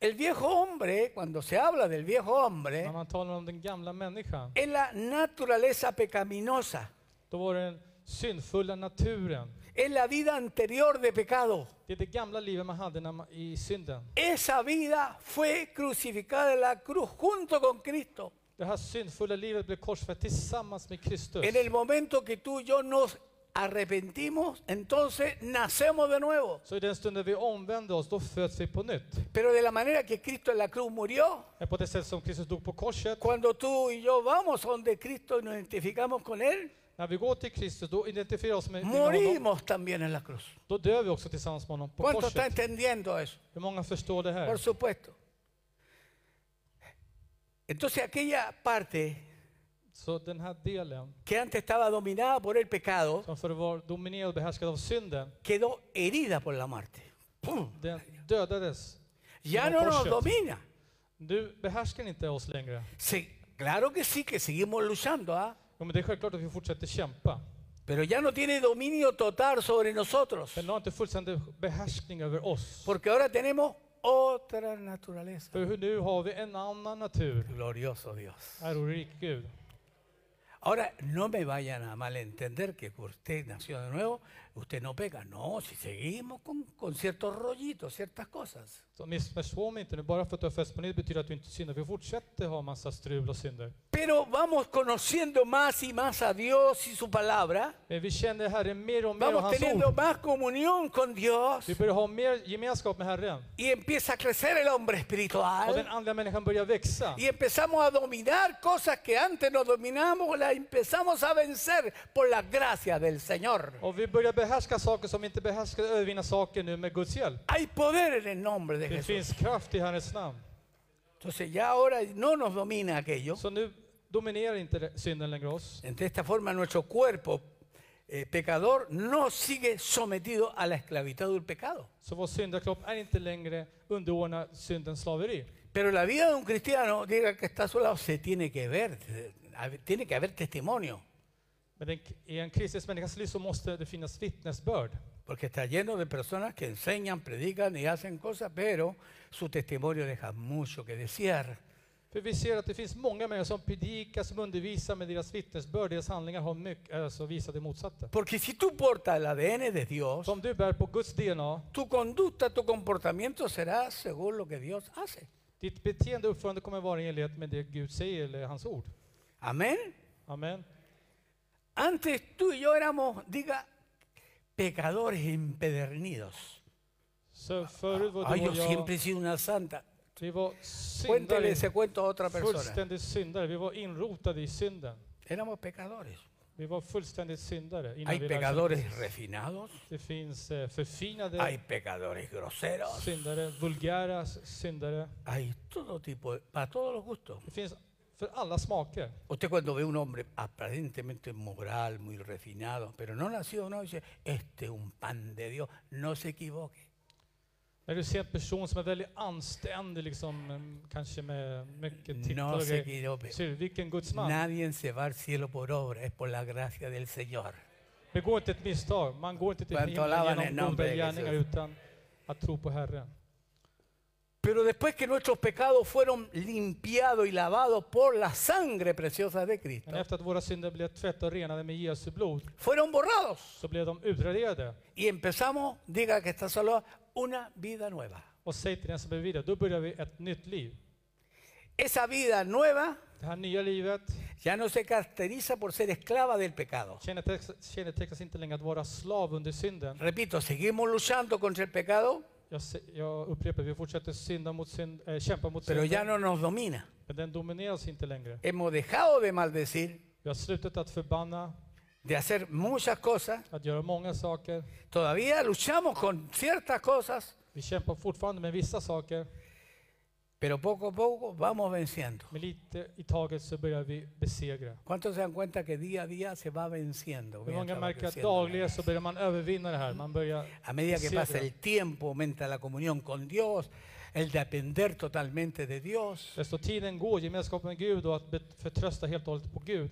Speaker 1: El viejo hombre, cuando se habla del viejo
Speaker 2: När
Speaker 1: hombre,
Speaker 2: man talar om den gamla människan,
Speaker 1: es la naturaleza pecaminosa,
Speaker 2: då var det den syndfulla naturen.
Speaker 1: es la vida anterior de pecado.
Speaker 2: Det är det gamla livet man hade när man, i synden.
Speaker 1: Esa vida fue crucificada en la cruz junto con Cristo.
Speaker 2: Det här syndfulla livet blev korsfäst tillsammans med Kristus.
Speaker 1: En el momento que tú y yo nos arrepentimos, entonces nacemos de nuevo.
Speaker 2: Så i den stunden vi omvände oss, då föds vi på nytt.
Speaker 1: Pero de la manera que Cristo en la cruz murió,
Speaker 2: Men på det sätt som Kristus dog på korset,
Speaker 1: cuando tú y yo vamos donde Cristo y nos identificamos con Él,
Speaker 2: när vi går till Kristus, då identifierar vi oss med, med honom.
Speaker 1: morimos también en la cruz.
Speaker 2: Då dör vi också tillsammans med honom på
Speaker 1: ¿Cuánto está
Speaker 2: korset.
Speaker 1: entendiendo eso?
Speaker 2: Hur många förstår det
Speaker 1: Por
Speaker 2: här?
Speaker 1: supuesto. Entonces aquella parte
Speaker 2: Så den här delen,
Speaker 1: que antes estaba dominada por el pecado,
Speaker 2: som förr var dominerad och behärskad av synden,
Speaker 1: quedó herida por la muerte. ¡Pum!
Speaker 2: den dödades.
Speaker 1: Ya no nos domina.
Speaker 2: Nu behärskar inte oss längre.
Speaker 1: Sí, claro que sí, que seguimos luchando, ¿ah?
Speaker 2: Ja, men det är självklart att vi fortsätter kämpa.
Speaker 1: pero ya no tiene dominio total sobre nosotros,
Speaker 2: Men den har inte fullständig behärskning över oss.
Speaker 1: porque ahora tenemos otra naturaleza.
Speaker 2: För hur nu har vi en annan natur.
Speaker 1: Glorioso Dios.
Speaker 2: Ärorik Gud.
Speaker 1: Ahora, no me vayan a malentender que usted nació de nuevo, usted no pega. No, si seguimos con, con ciertos rollitos, ciertas cosas.
Speaker 2: Så missförstå mig inte nu. Bara för att du har fäst på nytt betyder att du inte syndar. Vi fortsätter ha massa strul och synder.
Speaker 1: Pero vamos conociendo más y más a Dios y su palabra.
Speaker 2: Men vi känner Herren mer och mer och
Speaker 1: Vamos
Speaker 2: hans
Speaker 1: teniendo
Speaker 2: ord.
Speaker 1: más comunión con Dios
Speaker 2: Vi börjar ha mer gemenskap med Herren.
Speaker 1: y empieza a crecer el hombre
Speaker 2: Och den
Speaker 1: espiritual.
Speaker 2: andliga människan börjar växa.
Speaker 1: Y empezamos a dominar cosas que antes no dominábamos, las empezamos a vencer por la gracia del Señor.
Speaker 2: Och vi börjar behärska saker som vi inte behärskade, övervinna saker nu med Guds hjälp.
Speaker 1: Hay poder en el nombre de
Speaker 2: Det
Speaker 1: Jesús.
Speaker 2: finns kraft i Herrens namn.
Speaker 1: Entonces ya ahora no nos domina aquello.
Speaker 2: Så nu dominerar inte det- synden längre oss.
Speaker 1: De esta forma nuestro cuerpo eh, pecador no sigue sometido a la esclavitud del pecado.
Speaker 2: Så vår syndakropp är inte längre underordnad syndens slaveri.
Speaker 1: Pero la vida de un cristiano, diga que está a su lado, se tiene que ver, eh, hab- tiene que haber testimonio,
Speaker 2: Men den, i en kristisk människas liv så måste det finnas vittnesbörd.
Speaker 1: porque está lleno de personas que enseñan, predican y hacen cosas, pero su testimonio deja mucho que desear.
Speaker 2: För vi ser att det finns många människor som predikar, som undervisar, men deras vittnesbörd, deras handlingar har mycket, alltså visar det motsatta.
Speaker 1: Porque si tú portas el ADN de Dios,
Speaker 2: Så om du bär på Guds DNA,
Speaker 1: tu conducta, tu comportamiento será según lo que Dios hace.
Speaker 2: ditt beteende och uppförande kommer vara i enlighet med det Gud säger eller hans ord.
Speaker 1: Amén.
Speaker 2: Amen.
Speaker 1: Antes tú y yo éramos, diga, pecadores empedernidos. Ah,
Speaker 2: Så förut var
Speaker 1: Ay,
Speaker 2: du
Speaker 1: yo
Speaker 2: och jag,
Speaker 1: siempre he sido una santa.
Speaker 2: vi var
Speaker 1: Cuéntele
Speaker 2: syndare,
Speaker 1: ese cuento a otra persona.
Speaker 2: fullständigt syndare. Vi var inrotade i synden.
Speaker 1: Éramos pecadores.
Speaker 2: Vi var fullständigt syndare. Innan
Speaker 1: Hay
Speaker 2: vi
Speaker 1: pecadores refinados,
Speaker 2: Det finns eh, förfinade
Speaker 1: hay pecadores groseros,
Speaker 2: syndare, vulgära s- syndare.
Speaker 1: hay todo tipo, de- para todos los gustos.
Speaker 2: Det finns för alla smaker.
Speaker 1: Usted cuando ve un hombre aparentemente moral, muy refinado, pero no nacido, no dice, este es un pan de Dios, no se equivoque.
Speaker 2: När du ser en person som är väldigt anständig, liksom, mm, kanske med mycket titlar
Speaker 1: No
Speaker 2: och
Speaker 1: se
Speaker 2: grejer,
Speaker 1: equivoque.
Speaker 2: ser du vilken Guds man.
Speaker 1: Nadie se va al cielo por obra, es por la gracia del Señor.
Speaker 2: Begår inte ett misstag. Man går inte till
Speaker 1: Cuanto
Speaker 2: himlen
Speaker 1: alaban el
Speaker 2: genom
Speaker 1: nombre
Speaker 2: goda
Speaker 1: de
Speaker 2: gärningar
Speaker 1: Jesus.
Speaker 2: utan att tro på Herren.
Speaker 1: Pero después que nuestros pecados fueron limpiados y lavados por la sangre preciosa de Cristo,
Speaker 2: Men efter att våra synder blev tvättade och renade med Jesu blod
Speaker 1: fueron borrados
Speaker 2: så blev de utraderade.
Speaker 1: y empezamos, diga que está solo, una vida nueva.
Speaker 2: Och säg till den som är vidare, då börjar vi ett nytt liv.
Speaker 1: Esa vida nueva
Speaker 2: Det här nya livet
Speaker 1: ya no se caracteriza por ser esclava del pecado.
Speaker 2: kännetecknas, kännetecknas inte längre att vara slav under synden.
Speaker 1: Repito, seguimos luchando contra el pecado,
Speaker 2: Jag, se- jag upprepar, vi fortsätter synda mot synd, eh, kämpa mot
Speaker 1: pero ya
Speaker 2: synden,
Speaker 1: no nos domina.
Speaker 2: men den domineras inte längre.
Speaker 1: Hemos dejado de maldecir,
Speaker 2: Vi har slutat att förbanna,
Speaker 1: de hacer muchas cosas.
Speaker 2: att göra många saker.
Speaker 1: Todavía luchamos con ciertas cosas,
Speaker 2: Vi kämpar fortfarande med vissa saker,
Speaker 1: pero poco a poco vamos venciendo.
Speaker 2: men lite i taget så börjar vi besegra.
Speaker 1: ¿Cuántos se dan cuenta que día a día se va venciendo?
Speaker 2: Hur många
Speaker 1: mientras va
Speaker 2: märker att
Speaker 1: creciendo?
Speaker 2: dagligen så börjar man övervinna det här? Man börjar
Speaker 1: A medida que
Speaker 2: besegra.
Speaker 1: pasa el tiempo, aumenta la comunión con Dios, el depender totalmente de Dios,
Speaker 2: Desto tiden går, gemenskapen med Gud och att bet- förtrösta helt och hållet på Gud,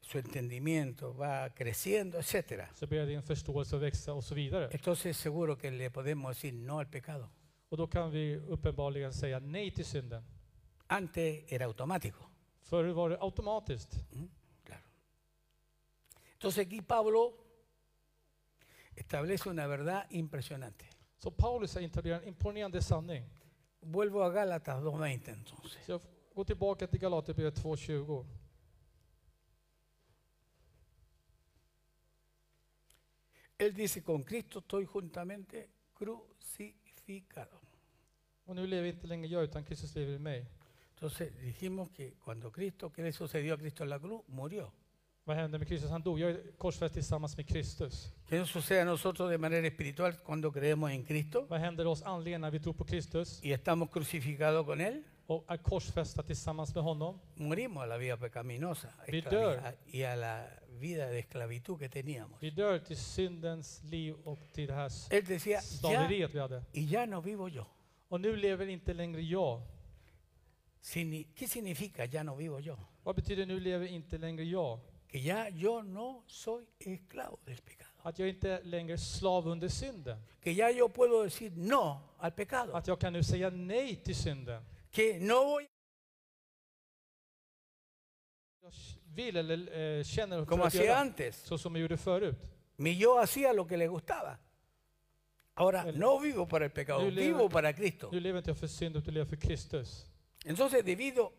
Speaker 1: su entendimiento va creciendo, etcétera.
Speaker 2: så börjar din förståelse att växa och så vidare.
Speaker 1: Entonces seguro que le podemos decir no al pecado.
Speaker 2: Och då kan vi uppenbarligen säga nej till synden.
Speaker 1: Antes era automático.
Speaker 2: Förr var det automatiskt.
Speaker 1: Entonces aquí Pablo establece una verdad impresionante.
Speaker 2: Så Paulus etablerar en imponerande sanning.
Speaker 1: Vuelvo a Gálatas 2.20 entonces.
Speaker 2: Så jag f- går tillbaka till Galaterbrevet 2.20.
Speaker 1: Él dice, con Cristo estoy juntamente crucificado.
Speaker 2: Och nu lever inte längre jag utan Kristus lever i mig.
Speaker 1: Entonces dijimos que cuando Cristo, ¿qué le sucedió a Cristo en la cruz? Murió.
Speaker 2: Vad hände med Kristus? Han dog. Jag är korsfäst tillsammans med Kristus.
Speaker 1: ¿Qué nos sucede a nosotros de manera espiritual cuando creemos en Cristo
Speaker 2: Vad händer oss andligen när vi tror på Kristus
Speaker 1: y estamos crucificados con Él?
Speaker 2: och är korsfästa tillsammans med honom?
Speaker 1: Morimos a la vida pecaminosa a esta
Speaker 2: Peter.
Speaker 1: vida- y a la vida de esclavitud que teníamos.
Speaker 2: Vi dör till syndens liv och till det här s-
Speaker 1: Él decía, ya,
Speaker 2: slaveriet vi hade.
Speaker 1: y ya no vivo yo.
Speaker 2: Och nu lever inte längre jag.
Speaker 1: Signi- ¿Qué significa ya no vivo yo?
Speaker 2: Vad betyder nu lever inte längre jag?
Speaker 1: Que ya yo no soy esclavo del pecado.
Speaker 2: Att jag inte är längre slav under synden.
Speaker 1: Que ya yo puedo decir no al pecado.
Speaker 2: Att jag kan nu säga nej till synden.
Speaker 1: Que no voy
Speaker 2: Jag vill eller eh, känner
Speaker 1: como
Speaker 2: för att
Speaker 1: hacía
Speaker 2: göra.
Speaker 1: antes.
Speaker 2: Så som jag gjorde förut.
Speaker 1: Mi yo hacía lo que le gustaba. Ahora
Speaker 2: El-
Speaker 1: no vivo para el pecado,
Speaker 2: Yo le-
Speaker 1: vivo para Cristo.
Speaker 2: Nu lever inte jag för synd utan lever för Kristus.
Speaker 1: Entonces, debido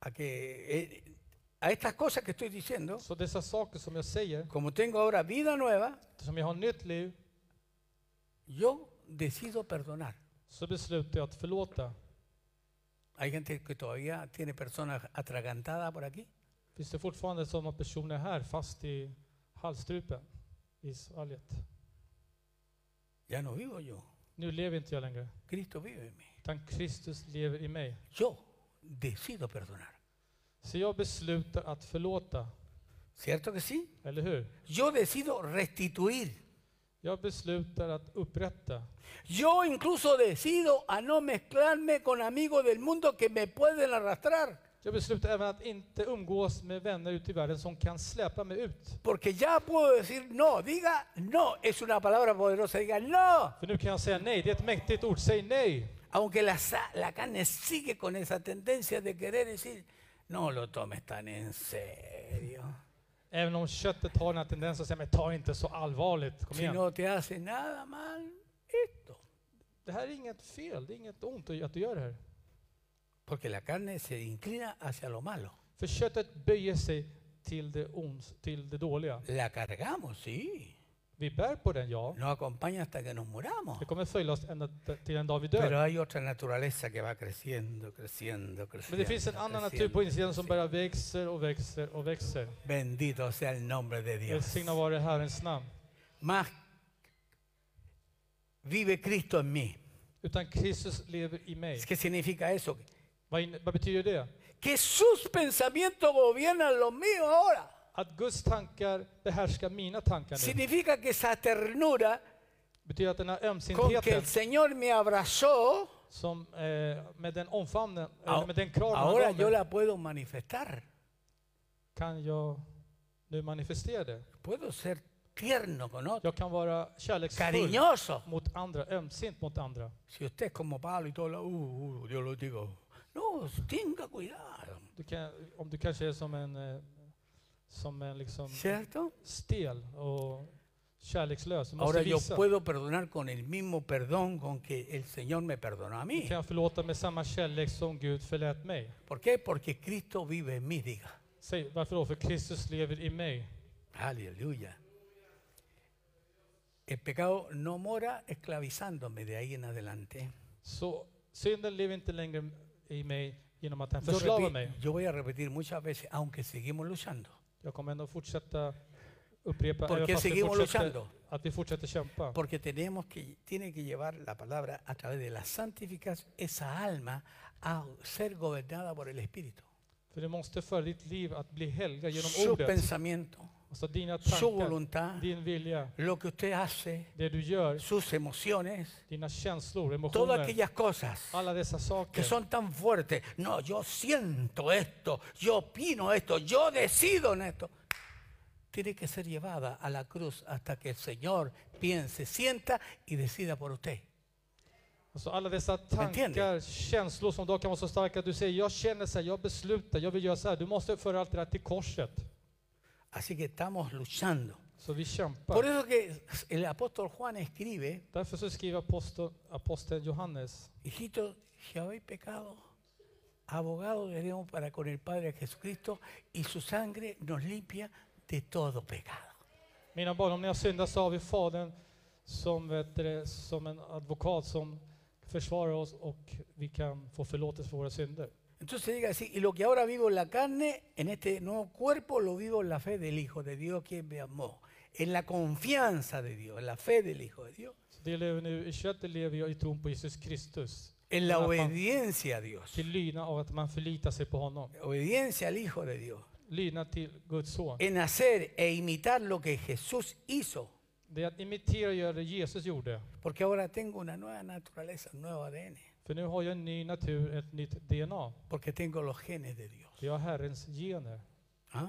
Speaker 1: a que eh, a estas cosas que estoy diciendo,
Speaker 2: Så dessa saker som jag säger,
Speaker 1: como tengo ahora vida nueva,
Speaker 2: som jag har nytt liv,
Speaker 1: yo decido perdonar.
Speaker 2: så beslutar jag att förlåta.
Speaker 1: Hay gente que todavía tiene personas atragantadas por aquí.
Speaker 2: Finns det fortfarande sådana personer här fast i halsstrupen, i svalget?
Speaker 1: Ya no vivo yo,
Speaker 2: Nu lever inte jag längre,
Speaker 1: Cristo vive en mí.
Speaker 2: utan Kristus lever i mig.
Speaker 1: Yo decido perdonar.
Speaker 2: Så jag beslutar att förlåta,
Speaker 1: ¿Cierto que sí?
Speaker 2: eller hur?
Speaker 1: Yo decido restituir.
Speaker 2: Jag beslutar att upprätta.
Speaker 1: Yo incluso decido a no mezclarme con amigos del mundo que me pueden arrastrar.
Speaker 2: Jag beslutar även att inte umgås med vänner ute i världen som kan släpa mig ut.
Speaker 1: Porque ya puedo decir no, diga no, es una palabra poderosa, diga no.
Speaker 2: För nu kan jag säga nej, det är ett mäktigt ord, säg nej.
Speaker 1: Aunque la, sa- la carne sigue con esa tendencia de querer decir, no lo tomes tan en serio.
Speaker 2: Även om köttet har den här tendensen att säga, men ta inte så allvarligt, kom
Speaker 1: Si
Speaker 2: igen.
Speaker 1: no te hace nada mal esto.
Speaker 2: Det här är inget fel, det är inget ont att du gör det här.
Speaker 1: Porque la carne se inclina hacia lo malo.
Speaker 2: För köttet böjer sig till det, ons, till det dåliga.
Speaker 1: La cargamos, sí.
Speaker 2: Vi bär på den, ja.
Speaker 1: Nos acompaña hasta que nos muramos.
Speaker 2: Det kommer följa oss ända t- till den dag vi dör.
Speaker 1: Pero hay otra naturaleza que va creciendo, creciendo,
Speaker 2: Men
Speaker 1: creciendo.
Speaker 2: det finns en annan natur
Speaker 1: creciendo,
Speaker 2: på insidan som
Speaker 1: creciendo.
Speaker 2: bara växer och växer och växer.
Speaker 1: Bendito sea el nombre de Dios.
Speaker 2: Välsignad vare Herrens namn.
Speaker 1: Más vive Cristo en mí.
Speaker 2: Utan Kristus lever i mig.
Speaker 1: ¿Qué significa eso?
Speaker 2: Vad, inne- vad betyder det?
Speaker 1: Que sus pensamientos gobiernan los míos ahora.
Speaker 2: Att Guds tankar behärskar mina tankar nu.
Speaker 1: Significa que esa ternura
Speaker 2: Betyder att den här
Speaker 1: con que
Speaker 2: ömsintheten
Speaker 1: el Señor me abrazó,
Speaker 2: som eh, med den omfamnen,
Speaker 1: Ah,
Speaker 2: eller med den kramen han
Speaker 1: ahora
Speaker 2: gav
Speaker 1: yo
Speaker 2: mig,
Speaker 1: la puedo manifestar.
Speaker 2: kan jag nu manifestera det.
Speaker 1: Puedo ser tierno con otro,
Speaker 2: Jag kan vara kärleksfull
Speaker 1: cariñoso.
Speaker 2: mot andra, ömsint mot andra.
Speaker 1: Si usted es como Pablo y todo, lo, uh, uh, yo lo digo. No, tenga cuidado.
Speaker 2: Du kan, om du kanske är som en, eh, som en liksom
Speaker 1: ¿Cierto?
Speaker 2: stel och kärlekslös. Du måste
Speaker 1: Ahora yo
Speaker 2: visa.
Speaker 1: puedo perdonar con el mismo perdón con que el Señor me perdonó a mí.
Speaker 2: Kan jag förlåta med samma kärlek som Gud förlät mig?
Speaker 1: ¿Por qué? Porque Cristo vive en mí, diga.
Speaker 2: Säg varför då? För Kristus lever i mig.
Speaker 1: Aleluya. El pecado no mora esclavizándome de ahí en adelante.
Speaker 2: Så synden lever inte längre i mig genom att den
Speaker 1: Yo,
Speaker 2: förslavar
Speaker 1: repi-
Speaker 2: mig.
Speaker 1: yo voy a repetir muchas veces, aunque seguimos luchando.
Speaker 2: Jag kommer ändå fortsätta upprepa
Speaker 1: Porque
Speaker 2: även fast vi
Speaker 1: seguimos
Speaker 2: fortsätter,
Speaker 1: luchando.
Speaker 2: att vi fortsätter kämpa.
Speaker 1: Porque tenemos que, tiene que llevar la palabra a través de la santificación, esa alma, a ser gobernada por el Espíritu.
Speaker 2: För du måste föra ditt liv att bli helga genom
Speaker 1: Su
Speaker 2: ordet.
Speaker 1: pensamiento,
Speaker 2: Alltså dina
Speaker 1: su
Speaker 2: tankar,
Speaker 1: voluntad,
Speaker 2: din vilja,
Speaker 1: lo que usted hace,
Speaker 2: det du gör,
Speaker 1: sus emociones,
Speaker 2: dina känslor,
Speaker 1: todas
Speaker 2: emotioner,
Speaker 1: aquellas cosas
Speaker 2: alla dessa
Speaker 1: que
Speaker 2: saker
Speaker 1: son tan fuertes. No, yo siento esto, yo opino esto, yo decido en esto. Tiene que ser llevada a la cruz hasta que el Señor piense, sienta y decida por usted.
Speaker 2: Alltså alla dessa tankar,
Speaker 1: Beteende.
Speaker 2: känslor som då kan vara så starka att du säger jag känner så här, jag beslutar, jag vill göra så här. Du måste föra allt det där till korset.
Speaker 1: Así que estamos luchando.
Speaker 2: Så vi
Speaker 1: Por
Speaker 2: kämpar.
Speaker 1: eso que el apóstol Juan escribe,
Speaker 2: Därför så skriver apostel, aposteln Johannes,
Speaker 1: hijitos, si habéis pecado, abogados tenemos para con el Padre Jesucristo y su sangre nos limpia de todo pecado.
Speaker 2: mina barn om ni har syndat så har vi Fadern som, vet du det, som en advokat som försvarar oss och vi kan få förlåtelse för våra synder.
Speaker 1: Entonces diga así, y lo que ahora vivo en la carne, en este nuevo cuerpo, lo vivo en la fe del Hijo de Dios quien me amó, en la confianza de Dios, en la fe del Hijo de Dios,
Speaker 2: Så det jag lever nu i köttet lever jag i tron på Jesus Kristus.
Speaker 1: en la
Speaker 2: Amén.
Speaker 1: obediencia a Dios,
Speaker 2: Till lydnad av att man förlitar sig på honom.
Speaker 1: obediencia al Hijo de Dios,
Speaker 2: Lydnad till Guds son.
Speaker 1: en hacer e imitar lo que Jesús hizo,
Speaker 2: Det är att imitera och göra det Jesus gjorde.
Speaker 1: porque ahora tengo una nueva naturaleza, un nuevo ADN,
Speaker 2: För nu har jag en ny natur, ett nytt DNA.
Speaker 1: porque tengo los genes de Dios.
Speaker 2: För jag har Herrens gener.
Speaker 1: ¿ah?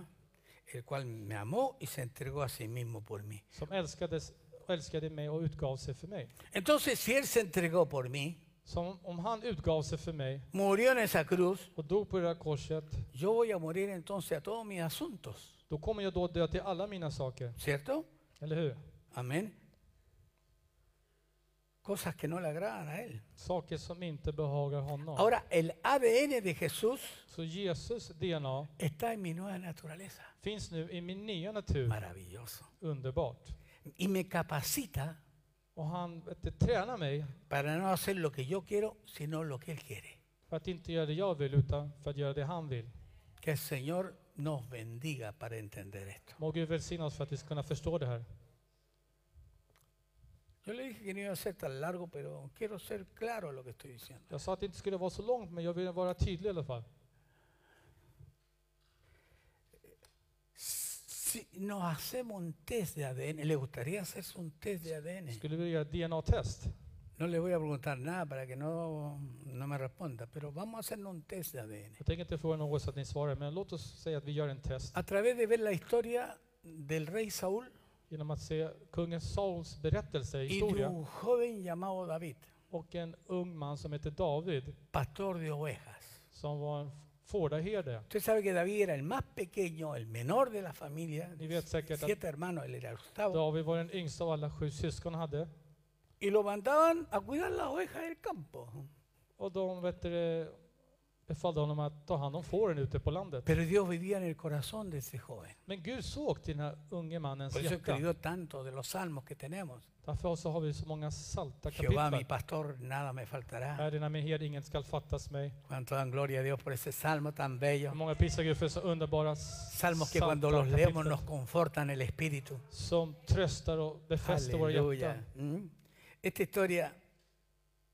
Speaker 1: el cual me amó y se entregó a sí mismo por mí.
Speaker 2: Som älskades, älskade mig och utgav sig för mig.
Speaker 1: Entonces, si Él se entregó por mí,
Speaker 2: Som om han utgav sig för mig
Speaker 1: murió en esa cruz,
Speaker 2: och dog på det där korset,
Speaker 1: yo voy a morir entonces a todos mis asuntos,
Speaker 2: då kommer jag då dö till alla mina saker.
Speaker 1: ¿cierto?
Speaker 2: Eller hur?
Speaker 1: Amén. Cosas que no le agradan a Él.
Speaker 2: Saker som inte behagar honom.
Speaker 1: Ahora, el ADN de Jesús
Speaker 2: Så Jesus DNA
Speaker 1: está en mi nueva naturaleza.
Speaker 2: finns nu i min nya natur.
Speaker 1: Maravilloso.
Speaker 2: Underbart.
Speaker 1: Y me capacita
Speaker 2: Och han vet du, tränar mig
Speaker 1: para no hacer lo que yo quiero, sino lo que Él quiere.
Speaker 2: för att inte göra det jag vill utan för att göra det han vill.
Speaker 1: Que el Señor nos bendiga para entender esto.
Speaker 2: Må Gud välsigna oss för att vi ska kunna förstå det här.
Speaker 1: Yo le dije que no iba a ser tan largo, pero quiero ser claro en lo que estoy diciendo.
Speaker 2: Jag sa att det inte skulle vara så långt, men jag ville vara tydlig i alla fall.
Speaker 1: Si nos hacemos un test de ADN, ¿le gustaría hacerse un test de ADN?
Speaker 2: Skulle vi göra ett DNA-test?
Speaker 1: No le voy a preguntar nada para que no, no me responda, pero vamos a hacernos un test de ADN.
Speaker 2: Jag tänker inte fråga något så att ni svarar, men låt oss säga att vi gör en test.
Speaker 1: A través de ver la historia del rey Saúl
Speaker 2: Genom att se kungen Sauls berättelse,
Speaker 1: y de
Speaker 2: historia,
Speaker 1: un joven llamado David,
Speaker 2: och en ung man som heter David,
Speaker 1: pastor de ovejas.
Speaker 2: som var en fårdaherde.
Speaker 1: Usted sabe que David era el más pequeño, el menor de la familia,
Speaker 2: Ni vet säkert att
Speaker 1: siete hermanos, él era el octavo,
Speaker 2: David var den yngsta av alla sju syskon han hade.
Speaker 1: y lo mandaban a cuidar las ovejas del campo.
Speaker 2: Och de vet du, befallde honom att ta hand om fåren ute på landet.
Speaker 1: Pero Dios vivía en el corazón de ese joven.
Speaker 2: Men Gud såg till den här unge mannens
Speaker 1: Por eso
Speaker 2: hjärta.
Speaker 1: escribió tanto de los salmos que tenemos.
Speaker 2: Därför så har vi så många salta
Speaker 1: Jehová, mi
Speaker 2: kapitel.
Speaker 1: pastor, nada me faltará.
Speaker 2: Herren är min herde, ingen skall fattas mig.
Speaker 1: Cuánto dan gloria a Dios por ese salmo tan bello.
Speaker 2: Hur många prisar Gud för så underbara s-
Speaker 1: Salmos que
Speaker 2: salta
Speaker 1: cuando los
Speaker 2: kapitel
Speaker 1: leemos nos confortan el espíritu.
Speaker 2: som tröstar och befäster våra hjärtan.
Speaker 1: Aleluya. Mm. Esta historia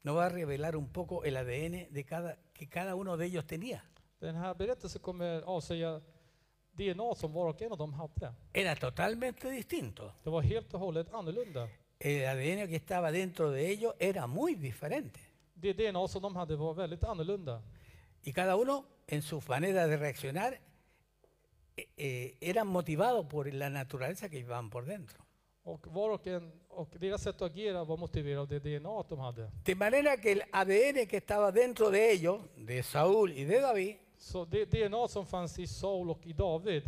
Speaker 1: nos va a revelar un poco el ADN de cada, que cada uno de ellos tenía.
Speaker 2: Den här berättelsen kommer avslöja DNA som var och en av dem hade.
Speaker 1: Era totalmente distinto.
Speaker 2: Det var helt och hållet annorlunda.
Speaker 1: El ADN que estaba dentro de ellos era muy diferente.
Speaker 2: Det DNA som de hade var väldigt annorlunda.
Speaker 1: Y cada uno, en su manera de reaccionar, eh, eh, eran motivados por la naturaleza que llevaban por dentro.
Speaker 2: Och var och en och deras sätt att agera var motiverat av det DNA de hade.
Speaker 1: De manera que el ADN que estaba dentro de ellos, de Saúl y de David,
Speaker 2: Så det DNA som fanns i Saul och i David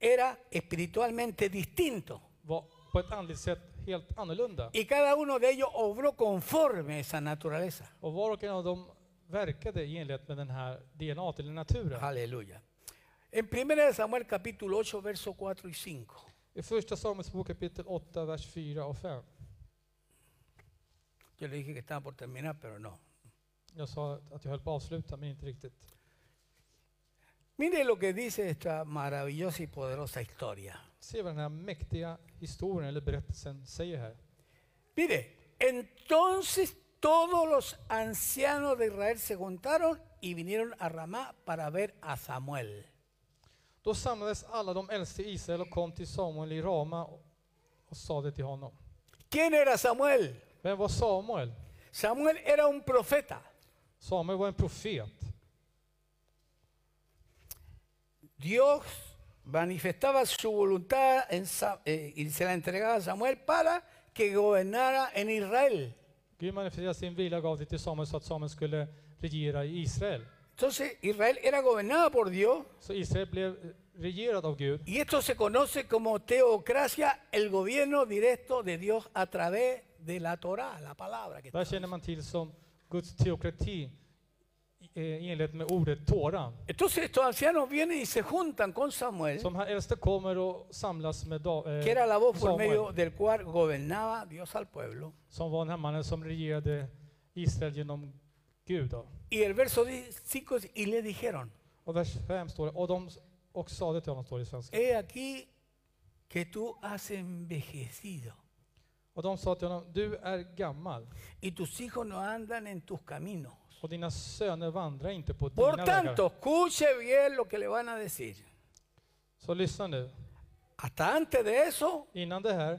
Speaker 1: era espiritualmente distinto.
Speaker 2: var på ett andligt sätt helt annorlunda.
Speaker 1: Y cada uno de ellos obró conforme a esa naturaleza.
Speaker 2: Och var och en av dem verkade i enlighet med den här DNA eller naturen.
Speaker 1: Aleluya. En 1 Samuel capítulo 8, verso 4 y 5.
Speaker 2: I första Samuels bok kapitel 8, vers 4 och 5.
Speaker 1: Yo le dije que estaba por terminar, pero no.
Speaker 2: Jag sa att jag höll på att avsluta, men inte riktigt.
Speaker 1: Mire lo que dice esta maravillosa y poderosa historia.
Speaker 2: Se vad den här mäktiga historien eller berättelsen säger här.
Speaker 1: Mire, entonces todos los ancianos de Israel se juntaron y vinieron a Ramá para ver a Samuel.
Speaker 2: Då samlades alla de äldste i Israel och kom till Samuel i Rama och sade till honom.
Speaker 1: ¿Quién era Samuel?
Speaker 2: Vem var Samuel?
Speaker 1: Samuel era un profeta.
Speaker 2: Samuel var en profet.
Speaker 1: Dios manifestaba su voluntad en Sa- eh, y se la entregaba a Samuel para que gobernara en Israel.
Speaker 2: Gud manifesterade sin vilja och gav det till Samuel så att Samuel skulle regera i Israel.
Speaker 1: Entonces Israel era gobernada por Dios
Speaker 2: Så Israel blev regerad av Gud.
Speaker 1: y esto se conoce como teocracia, el gobierno directo de Dios a través de la Torá, la palabra que
Speaker 2: Det här känner man till som Guds teokrati i- eh, i enlighet med ordet Tora.
Speaker 1: Entonces estos ancianos vienen y se juntan con Samuel,
Speaker 2: Som här äldste kommer och samlas med Da- eh,
Speaker 1: que era la voz por
Speaker 2: Samuel,
Speaker 1: medio del cual gobernaba Dios al pueblo.
Speaker 2: som var den här mannen som regerade Israel genom Gud. Då.
Speaker 1: Y el verso 5 y le dijeron,
Speaker 2: Och vers 5 står det, och, de, och sade till honom, står det i svenska.
Speaker 1: he aquí que tú has envejecido
Speaker 2: Och de sa till honom, du är gammal
Speaker 1: y tus hijos no andan en tus caminos.
Speaker 2: och dina söner vandrar inte på dina
Speaker 1: Por tanto,
Speaker 2: vägar.
Speaker 1: escuche bien lo que le van a decir.
Speaker 2: Så lyssna nu.
Speaker 1: Hasta antes de eso,
Speaker 2: Innan det här,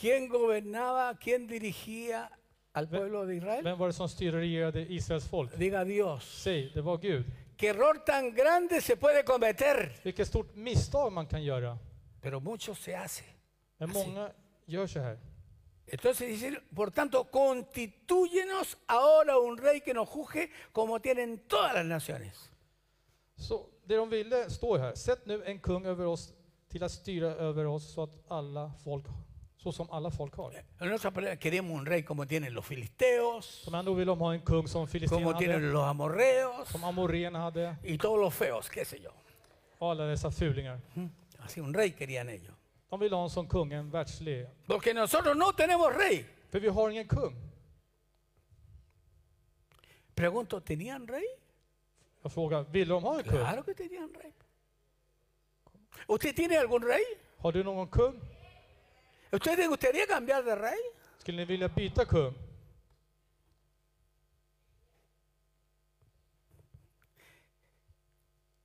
Speaker 1: ¿quién gobernaba, quién dirigía al pueblo de Israel?
Speaker 2: vem var det som styrde och regerade Israels folk?
Speaker 1: Diga Dios,
Speaker 2: Säg, det var Gud.
Speaker 1: qué error tan grande se puede cometer,
Speaker 2: Vilket stort misstag man kan göra.
Speaker 1: pero mucho se hace.
Speaker 2: Men många gör så här.
Speaker 1: Entonces dice, por tanto, constituyenos ahora un rey que nos juzgue como tienen todas las naciones.
Speaker 2: Så det de ville står här. Sätt nu en kung över oss till att styra över oss så att alla folk, så som alla folk har.
Speaker 1: En otras palabras, queremos un rey como tienen los filisteos,
Speaker 2: Som andra ord vill de ha en kung som filisterna
Speaker 1: como
Speaker 2: hade,
Speaker 1: tienen los amorreos
Speaker 2: som amoréerna hade
Speaker 1: y todos los feos, qué sé yo. ¿Mm?
Speaker 2: och alla dessa fulingar.
Speaker 1: Así un rey querían ellos.
Speaker 2: De vill ha en som kung, en världslig.
Speaker 1: Porque nosotros no tenemos rey.
Speaker 2: För vi har ingen kung.
Speaker 1: Pregunto, ¿tenían rey?
Speaker 2: Jag frågar, vill de ha en kung?
Speaker 1: Claro que tenían rey. ¿Usted tiene algún rey?
Speaker 2: Har du någon kung?
Speaker 1: ¿Usted le gustaría cambiar de rey?
Speaker 2: Skulle ni vilja byta kung?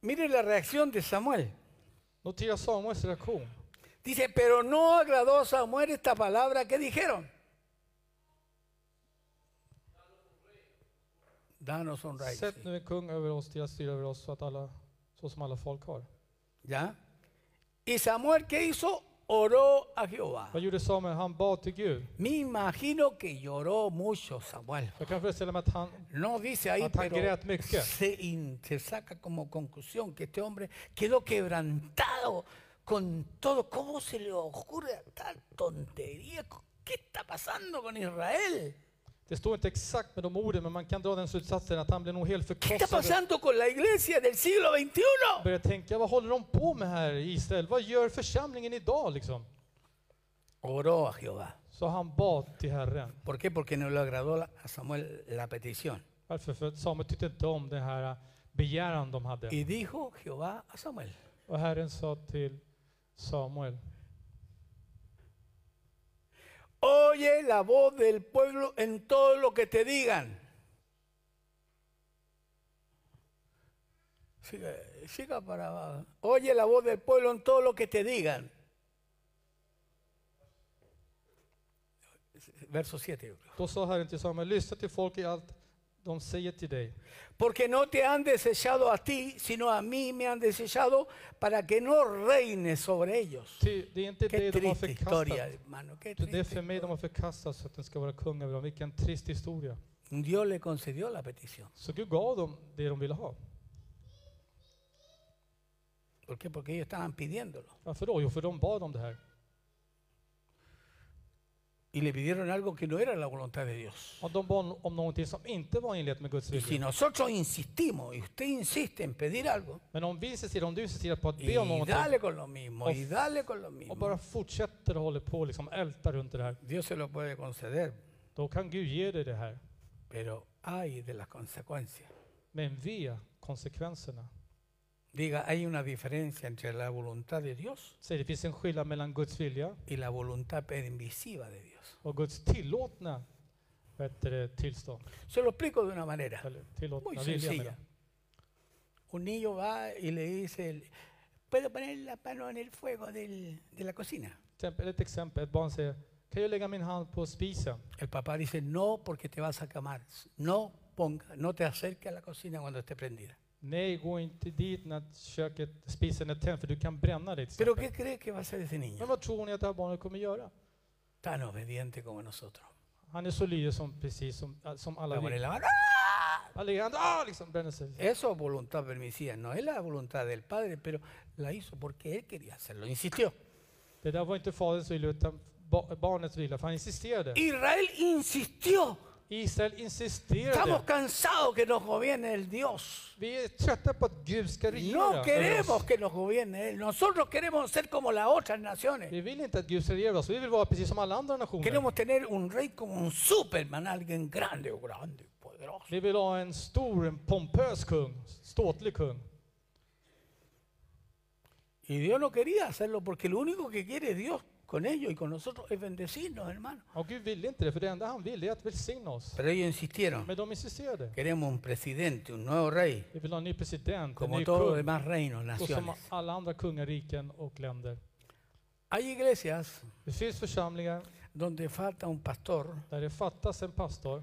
Speaker 1: Mire la reacción de Samuel.
Speaker 2: Notera Samuels reaktion.
Speaker 1: Dice, pero no agradó Samuel esta palabra que dijeron. Danos un rey.
Speaker 2: Sätt
Speaker 1: sí.
Speaker 2: nu en kung över oss till att styra över oss så, att alla, så som alla folk har.
Speaker 1: ¿Ya? Y Samuel, ¿qué hizo? Oró a Jehová.
Speaker 2: Vad gjorde Samuel? Han bad till Gud.
Speaker 1: Me imagino que lloró mucho Samuel.
Speaker 2: Jag kan föreställa mig att han,
Speaker 1: No dice ahí,
Speaker 2: Att han
Speaker 1: pero
Speaker 2: grät mycket.
Speaker 1: se, in- se saca como conclusión que este hombre quedó quebrantado con todo. ¿Cómo se le ocurre tal tontería? ¿Qué está pasando con Israel?
Speaker 2: det står inte exakt med de orden, men man kan dra den slutsatsen att han blev nog helt
Speaker 1: ¿Qué está
Speaker 2: förkrossad. och
Speaker 1: pasando con la iglesia del siglo XXI?
Speaker 2: Började tänka, vad håller de på med här i Israel? Vad gör församlingen idag liksom?
Speaker 1: Oró a Jehová.
Speaker 2: Så han bad till Herren.
Speaker 1: ¿Por qué? Porque no le agradó la- a Samuel la petición.
Speaker 2: Varför? För att Samuel tyckte inte om den här begäran de hade.
Speaker 1: Y dijo Jehová a Samuel.
Speaker 2: Och Herren sa till Samuel,
Speaker 1: Oye la voz del pueblo en todo lo que te digan. Siga, siga para abajo. Oye la voz del pueblo en todo lo que te digan. Verso 7. yo creo.
Speaker 2: då sa Herren till Samuel, lyssna till folk i allt de säger till dig.
Speaker 1: Porque no te han desechado a ti, sino a mí me han desechado para que no reines sobre ellos.
Speaker 2: Ty det är inte
Speaker 1: Qué
Speaker 2: dig de har
Speaker 1: triste historia,
Speaker 2: förkastat.
Speaker 1: hermano. Qué
Speaker 2: Ty det är
Speaker 1: triste
Speaker 2: för mig de
Speaker 1: historia.
Speaker 2: har förkastat så att den ska vara kung över dem. Vilken trist historia.
Speaker 1: Dios le concedió la petición.
Speaker 2: Så Gud gav dem det de ville ha.
Speaker 1: ¿Por qué? Porque ellos estaban pidiéndolo.
Speaker 2: Varför då? Jo, för de bad om det här.
Speaker 1: y le pidieron algo que no era la voluntad de Dios.
Speaker 2: Och de bad om någonting som inte var i enlighet med Guds
Speaker 1: Y si
Speaker 2: vilja.
Speaker 1: nosotros insistimos y usted insiste en pedir algo,
Speaker 2: Men om vi insisterar, om du insisterar på att
Speaker 1: y
Speaker 2: be om någonting
Speaker 1: dale con lo mismo, y
Speaker 2: Of-
Speaker 1: dale con lo
Speaker 2: och
Speaker 1: mismo,
Speaker 2: bara fortsätter och håller på och liksom ältar runt det här.
Speaker 1: Dios se lo puede conceder,
Speaker 2: Då kan Gud ge dig det här.
Speaker 1: pero hay de las consecuencias.
Speaker 2: Men ve konsekvenserna.
Speaker 1: Diga, hay una diferencia entre la voluntad de Dios
Speaker 2: Säg det finns en skillnad mellan Guds vilja
Speaker 1: y la voluntad permisiva de Dios.
Speaker 2: och Guds tillåtna vet du, det, tillstånd.
Speaker 1: Se lo explico de una manera
Speaker 2: Eller
Speaker 1: muy
Speaker 2: tillåtna vilja. menar
Speaker 1: sencilla.
Speaker 2: jag.
Speaker 1: Un niño va y le dice, ¿puedo poner la mano en el fuego del- de la cocina?
Speaker 2: Till exempel- Ett exempel, ett barn säger Kan jag lägga min hand på spisen?
Speaker 1: El papá dice, no, porque te vas a quemar. No ponga, no te acerques a la cocina cuando esté prendida.
Speaker 2: Nej, gå inte dit när köket, spisen är tänd för du kan bränna dig. till
Speaker 1: ¿Pero
Speaker 2: exempel.
Speaker 1: qué crees que va a hacer ese niño?
Speaker 2: Men vad tror ni att det här barnet kommer göra?
Speaker 1: Tan obediente como nosotros.
Speaker 2: Han är så lydig som precis som, som
Speaker 1: Le
Speaker 2: alla
Speaker 1: va a poner
Speaker 2: vill.
Speaker 1: la mano. ¡Ah!
Speaker 2: Han ligger han, ah, liksom bränner sig.
Speaker 1: Eso es voluntad permisiva, no es la voluntad del padre, pero la hizo porque él quería hacerlo, insistió.
Speaker 2: Det där var inte faderns vilja utan ba- barnets vilja, för han insisterade.
Speaker 1: Israel insistió.
Speaker 2: Israel
Speaker 1: Estamos
Speaker 2: insisterade.
Speaker 1: cansados que nos gobierne el Dios.
Speaker 2: Vi är trötta på att Gud ska regera.
Speaker 1: No
Speaker 2: över
Speaker 1: queremos
Speaker 2: oss.
Speaker 1: que nos gobierne Él. Nosotros queremos ser como las otras naciones.
Speaker 2: Vi vill inte att Gud ska regera över oss. Vi vill vara precis som alla andra nationer.
Speaker 1: Queremos tener un rey como un Superman, alguien grande, grande y poderoso.
Speaker 2: Vi vill ha en stor, en pompös kung, ståtlig kung.
Speaker 1: Y Dios no quería hacerlo porque lo único que quiere Dios con ellos y con nosotros es bendecirnos, hermano.
Speaker 2: Och Gud ville inte det, för det enda han ville är att välsigna oss.
Speaker 1: Pero ellos insistieron.
Speaker 2: Men de insisterade.
Speaker 1: Queremos un presidente, un nuevo rey,
Speaker 2: Vi vill ha en ny president, en
Speaker 1: como
Speaker 2: ny
Speaker 1: todos los
Speaker 2: kung,
Speaker 1: demás reinos,
Speaker 2: och som
Speaker 1: naciones.
Speaker 2: alla andra kungariken och länder.
Speaker 1: Hay iglesias
Speaker 2: Det finns församlingar
Speaker 1: donde falta un pastor,
Speaker 2: där det fattas en pastor.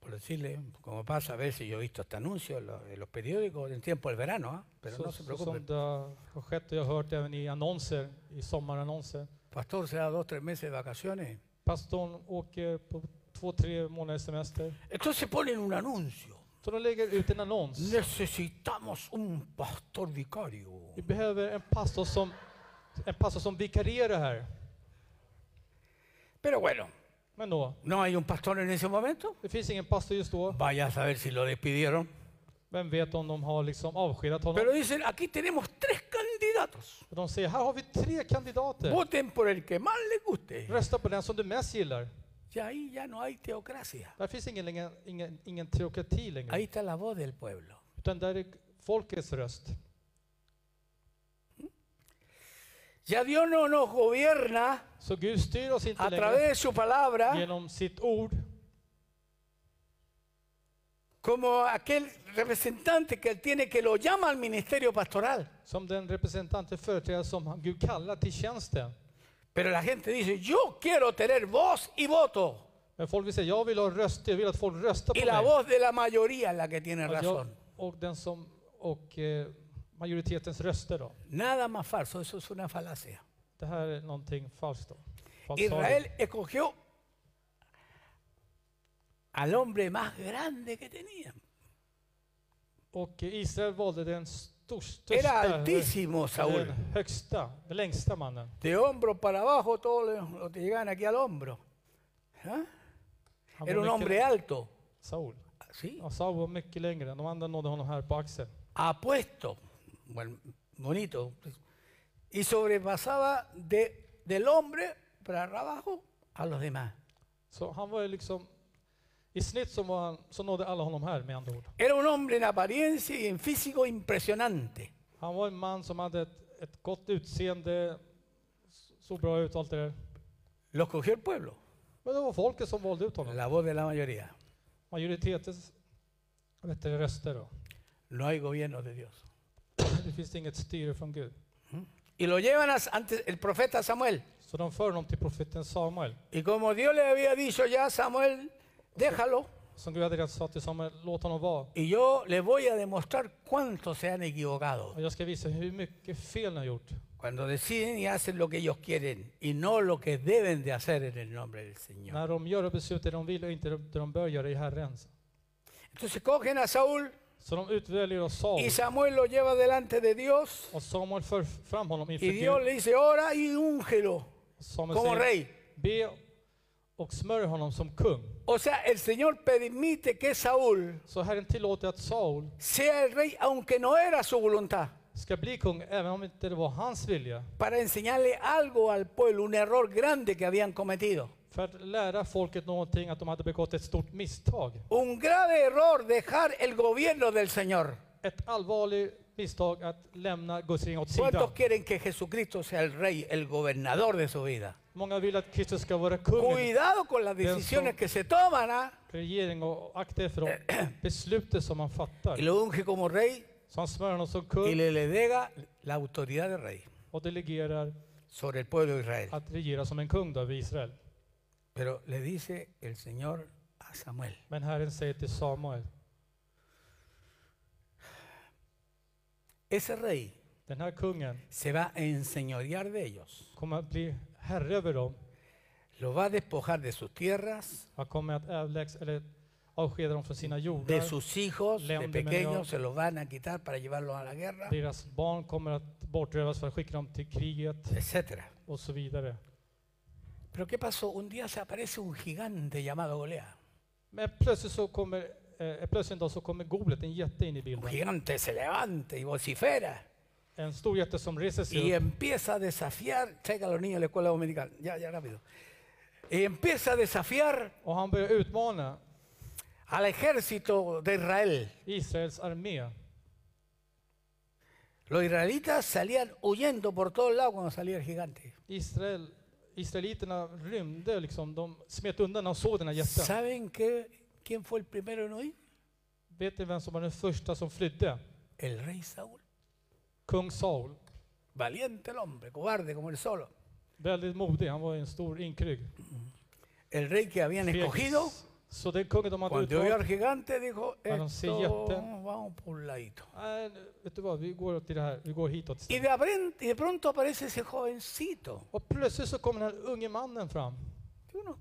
Speaker 1: por decirle, como pasa a veces, yo he visto hasta anuncios en los, en los periódicos en tiempo del verano, ¿ah? pero
Speaker 2: så,
Speaker 1: no se
Speaker 2: så som
Speaker 1: preocupen.
Speaker 2: det har skett och jag har hört även i annonser, i sommarannonser.
Speaker 1: Pastor se da dos, tres meses de vacaciones.
Speaker 2: Pastorn åker på två, tre månaders semester.
Speaker 1: Entonces ponen un anuncio.
Speaker 2: Så de lägger ut en annons.
Speaker 1: Necesitamos un pastor vicario.
Speaker 2: Vi behöver en pastor som, en pastor som vikarierar här.
Speaker 1: Pero bueno,
Speaker 2: Men då,
Speaker 1: ¿no hay un pastor en ese momento?
Speaker 2: det finns ingen pastor just då.
Speaker 1: Vaya a saber si lo despidieron.
Speaker 2: Vem vet om de har liksom avskedat honom?
Speaker 1: Pero dicen, aquí tenemos tres candidatos.
Speaker 2: De säger, här har vi tre kandidater.
Speaker 1: Voten por el que más les guste.
Speaker 2: Rösta på den som du mest gillar.
Speaker 1: Y ahí ya no hay teocracia.
Speaker 2: Där finns ingen, ingen, ingen, ingen teokrati
Speaker 1: Ahí
Speaker 2: längre.
Speaker 1: está la voz del pueblo.
Speaker 2: Utan där är folkets röst.
Speaker 1: Ya Dios no nos gobierna
Speaker 2: Så Gud styr oss inte
Speaker 1: a
Speaker 2: längre
Speaker 1: través de su palabra,
Speaker 2: genom sitt ord.
Speaker 1: como aquel representante que él tiene que lo llama al ministerio pastoral.
Speaker 2: Som den representant och företrädare som han- Gud kallar till tjänsten.
Speaker 1: Pero la gente dice, yo quiero tener voz y voto.
Speaker 2: Men folk vill säga, jag vill ha röst, jag vill att folk röstar på
Speaker 1: Y la
Speaker 2: mig.
Speaker 1: voz de la mayoría es la que tiene
Speaker 2: Att Alltså, jag,
Speaker 1: razón.
Speaker 2: och den som, och eh, majoritetens röster då.
Speaker 1: Nada más falso, eso es una falacia.
Speaker 2: Det här är någonting falskt då. Falsarier.
Speaker 1: Israel escogió al hombre más grande que tenían.
Speaker 2: Och eh, Israel valde den stor,
Speaker 1: Era
Speaker 2: största,
Speaker 1: altísimo
Speaker 2: den
Speaker 1: Saúl.
Speaker 2: högsta, den längsta mannen.
Speaker 1: De hombro para abajo, todos los- los que llegaban aquí al hombro. ¿Ah?
Speaker 2: Han
Speaker 1: Era un
Speaker 2: mycket-
Speaker 1: hombre alto,
Speaker 2: Saul.
Speaker 1: ¿sí?
Speaker 2: Ja, Saul var mycket längre. De andra nådde honom här på axeln.
Speaker 1: apuesto, bueno, bonito, y sobrepasaba de- del hombre para abajo a los demás.
Speaker 2: Så han var ju liksom, i snitt så, var han, så nådde alla honom här med andra ord.
Speaker 1: Era un hombre en apariencia y en físico impresionante,
Speaker 2: Han var en man som hade ett, ett gott utseende, s- såg bra ut och allt det där.
Speaker 1: lo cogió el pueblo,
Speaker 2: Men det var folket som valde ut honom.
Speaker 1: la voz de la mayoría.
Speaker 2: Majoritetens vet du, röster då.
Speaker 1: No hay gobierno de Dios.
Speaker 2: Det finns inget styre från Gud.
Speaker 1: Y lo llevan a- ante el profeta Samuel.
Speaker 2: Så de för honom till profeten Samuel.
Speaker 1: Y como Dios le había dicho ya, Samuel, déjalo.
Speaker 2: Som Gud hade redan sagt till Samuel, låt honom vara.
Speaker 1: Y yo le voy a demostrar cuánto se han equivocado.
Speaker 2: Och jag ska visa hur mycket fel ni har gjort.
Speaker 1: Cuando deciden y hacen lo que ellos quieren y no lo que deben de hacer en el nombre del Señor.
Speaker 2: När de gör och beslutar det de vill och inte det de bör göra i Herrens.
Speaker 1: Entonces cogen a Saúl
Speaker 2: Så de utväljer och Saul.
Speaker 1: y Samuel lo lleva delante de Dios
Speaker 2: Och Samuel för fram honom inför
Speaker 1: y Dios
Speaker 2: Gud.
Speaker 1: le dice, ora y úngelo
Speaker 2: Samuel
Speaker 1: como
Speaker 2: säger,
Speaker 1: rey.
Speaker 2: be och smörj honom som kung.
Speaker 1: O sea, el Señor permite que Saúl
Speaker 2: Så Herren tillåter att Saul
Speaker 1: sea el rey, aunque no era su voluntad,
Speaker 2: ska bli kung även om inte det var hans vilja.
Speaker 1: para enseñarle algo al pueblo, un error grande que habían cometido.
Speaker 2: För att lära folket någonting, att de hade begått ett stort misstag.
Speaker 1: Un grave error dejar el gobierno del Señor.
Speaker 2: Ett allvarligt misstag att lämna Guds regering åt sidan.
Speaker 1: ¿Cuántos quieren que Jesucristo sea el rey, el gobernador de su vida?
Speaker 2: Många vill att Kristus ska vara kungen.
Speaker 1: Cuidado con las decisiones que se toman ¿ah?
Speaker 2: Regering och akta er för de beslutet som man
Speaker 1: y
Speaker 2: fattar.
Speaker 1: lo unge como rey
Speaker 2: Så han smörjer honom som
Speaker 1: y
Speaker 2: kung
Speaker 1: le delega la autoridad del rey
Speaker 2: och delegerar
Speaker 1: sobre el pueblo de Israel.
Speaker 2: att regera som en kung då, över Israel.
Speaker 1: Pero le dice el Señor a Samuel,
Speaker 2: Men Herren säger till Samuel,
Speaker 1: ese rey
Speaker 2: den här kungen
Speaker 1: se va a enseñorear de ellos,
Speaker 2: kommer att bli herre över dem.
Speaker 1: los va a despojar de sus tierras,
Speaker 2: Han kommer att avlägs, eller avskeda dem från sina
Speaker 1: de
Speaker 2: jordar.
Speaker 1: sus hijos, de
Speaker 2: León de Medeo.
Speaker 1: pequeños, se los van a quitar para llevarlos a la guerra,
Speaker 2: Deras barn kommer att bortrövas för att skicka dem till kriget
Speaker 1: etcétera.
Speaker 2: och så vidare.
Speaker 1: Pero ¿qué pasó? Un día se aparece un gigante llamado Goliat,
Speaker 2: Men plötsligt så kommer eh, plötsligt en dag så kommer Goliat, en jätte in i
Speaker 1: un
Speaker 2: bilden.
Speaker 1: gigante se levanta y vocifera.
Speaker 2: En stor jätte som reser sig
Speaker 1: y
Speaker 2: upp.
Speaker 1: empieza a desafiar, traiga a los niños a la escuela dominical, ya, ya rápido, y empieza a desafiar
Speaker 2: Och han börjar utmana
Speaker 1: al ejército de Israel.
Speaker 2: Israels armé.
Speaker 1: Los israelitas salían huyendo por todos lados cuando salía el gigante.
Speaker 2: Israel, israeliterna rymde liksom, de smet undan när de såg den här jätten.
Speaker 1: ¿Saben qué, quién fue el primero en huir?
Speaker 2: Vet ni vem som var den första som flydde?
Speaker 1: El rey Saúl.
Speaker 2: Kung Saul.
Speaker 1: Valiente el hombre, cobarde como el solo.
Speaker 2: Väldigt modig, han var ju en stor inkrygg.
Speaker 1: El rey que habían escogido,
Speaker 2: Så den kungen de hade
Speaker 1: cuando vio
Speaker 2: utvalt,
Speaker 1: al gigante, dijo,
Speaker 2: Cuando se
Speaker 1: esto
Speaker 2: yeten.
Speaker 1: vamos por un ladito.
Speaker 2: nej, vet du vad, vi går, till det här, vi går hitåt
Speaker 1: Y
Speaker 2: istället.
Speaker 1: de apren- y de pronto aparece ese jovencito.
Speaker 2: Och plötsligt så kommer den här unge mannen fram.
Speaker 1: de unos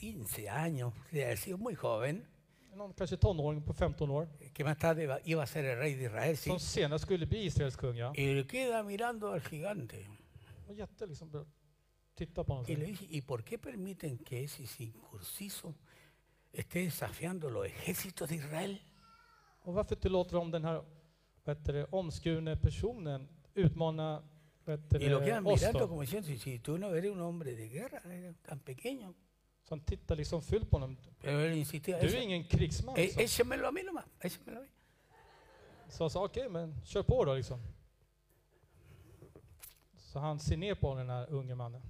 Speaker 1: 15 años, le ha sido muy joven,
Speaker 2: Någon kanske tonåring på 15 år.
Speaker 1: que más tarde iba, iba a ser el rey de Israel, sí,
Speaker 2: Som senare skulle bli Israels kung, ja.
Speaker 1: y le queda mirando al gigante
Speaker 2: Och jätte liksom började titta på honom.
Speaker 1: y le dice, ¿y por qué permiten que ese incursiso esté desafiando los ejércitos de Israel?
Speaker 2: Och varför tillåter de den här vad heter det, omskurne personen utmana vad heter
Speaker 1: Y lo
Speaker 2: det,
Speaker 1: quedan
Speaker 2: oss
Speaker 1: mirando
Speaker 2: då?
Speaker 1: como diciendo, si, si tú no eres un hombre de guerra, eres tan pequeño.
Speaker 2: Så han tittar liksom fyllt på honom.
Speaker 1: Pero él insistía,
Speaker 2: Du är
Speaker 1: "Ese-
Speaker 2: ingen krigsman.
Speaker 1: eh,
Speaker 2: Liksom.
Speaker 1: échamelo a mí nomás, échamelo a mí.
Speaker 2: Så han sa okej, men kör på då liksom. Så han ser ner på den här unge mannen.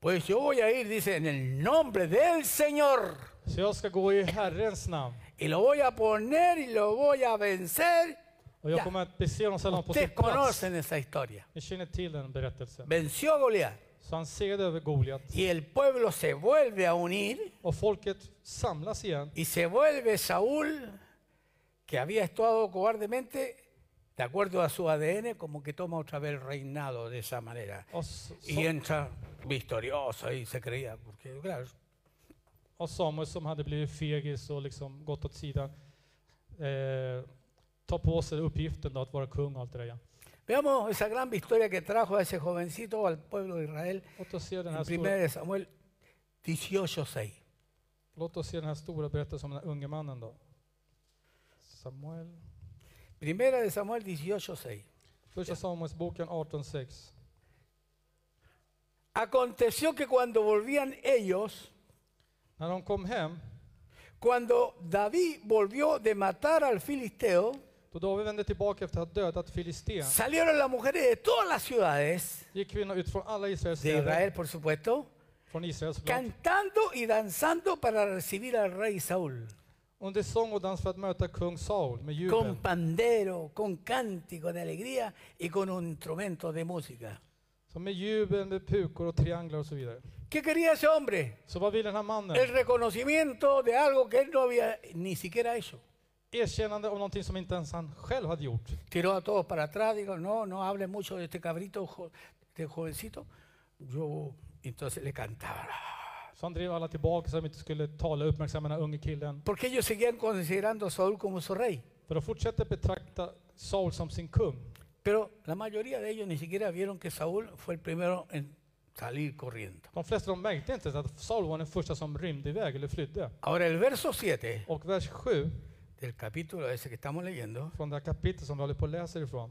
Speaker 1: Pues yo voy a ir, dice, en el nombre del Señor.
Speaker 2: Så jag ska gå i Herrens namn.
Speaker 1: Y lo voy a poner y lo voy a vencer.
Speaker 2: Och jag
Speaker 1: Ja.
Speaker 2: kommer att bese Jerusalem på sin
Speaker 1: Ustedes
Speaker 2: plats.
Speaker 1: conocen esa historia.
Speaker 2: Ni känner till den berättelsen.
Speaker 1: Venció a Goliat.
Speaker 2: Så han segrade över Goliat.
Speaker 1: Y el pueblo se vuelve a unir
Speaker 2: Och folket samlas igen.
Speaker 1: y se vuelve Saúl, que había actuado cobardemente, de acuerdo a su ADN, como que toma otra vez el reinado de esa manera.
Speaker 2: Och, s-
Speaker 1: Y entra victorioso y se creía, porque claro,
Speaker 2: och Samuel som hade blivit fegis och liksom gått åt sidan. Eh, tar på sig uppgiften då att vara kung och allt det där igen.
Speaker 1: Veamos esa gran victoria que trajo a ese jovencito al pueblo de Israel
Speaker 2: Låt oss se den här
Speaker 1: en
Speaker 2: stora,
Speaker 1: 1 Samuel 18:6.
Speaker 2: låt oss se den här stora berättelsen om den här unge mannen då. Samuel.
Speaker 1: Primera de Samuel 18:6.
Speaker 2: Första Samuelsboken 18.6.
Speaker 1: Aconteció que cuando volvían ellos,
Speaker 2: När de kom hem,
Speaker 1: cuando David volvió de matar al filisteo,
Speaker 2: då David vände tillbaka efter att ha dödat Filistea,
Speaker 1: salieron las mujeres de todas las ciudades
Speaker 2: gick kvinnor ut från alla Israels
Speaker 1: de
Speaker 2: städer,
Speaker 1: Israel, por supuesto,
Speaker 2: från Israels land,
Speaker 1: cantando y danzando para recibir al rey Saúl,
Speaker 2: under sång och dans för att möta kung Saul med
Speaker 1: con
Speaker 2: jubel,
Speaker 1: pandero, con cántico de alegría y con un instrumento de música.
Speaker 2: som med jubel, med pukor och trianglar och så vidare.
Speaker 1: ¿Qué quería ese hombre?
Speaker 2: Så vad vill den här mannen?
Speaker 1: El reconocimiento de algo que él no había ni siquiera hecho.
Speaker 2: Erkännande om någonting som inte ens han själv hade gjort.
Speaker 1: Tiró a todos para atrás, dijo, no, no hable mucho de este cabrito, jo- de jovencito. Yo, entonces le cantaba.
Speaker 2: Så han drev alla tillbaka så att de inte skulle tala och uppmärksamma den här unge killen.
Speaker 1: Porque ellos seguían considerando a Saúl como su rey.
Speaker 2: För de fortsätter betrakta Saul som sin kung.
Speaker 1: Pero la mayoría de ellos ni siquiera vieron que Saúl fue el primero en salir corriendo.
Speaker 2: De flesta de märkte inte ens att Saul var den första som rymde iväg eller flydde.
Speaker 1: Ahora el verso 7
Speaker 2: Och vers 7
Speaker 1: del capítulo ese que estamos leyendo
Speaker 2: från det här kapitlet som vi håller på att läsa ifrån.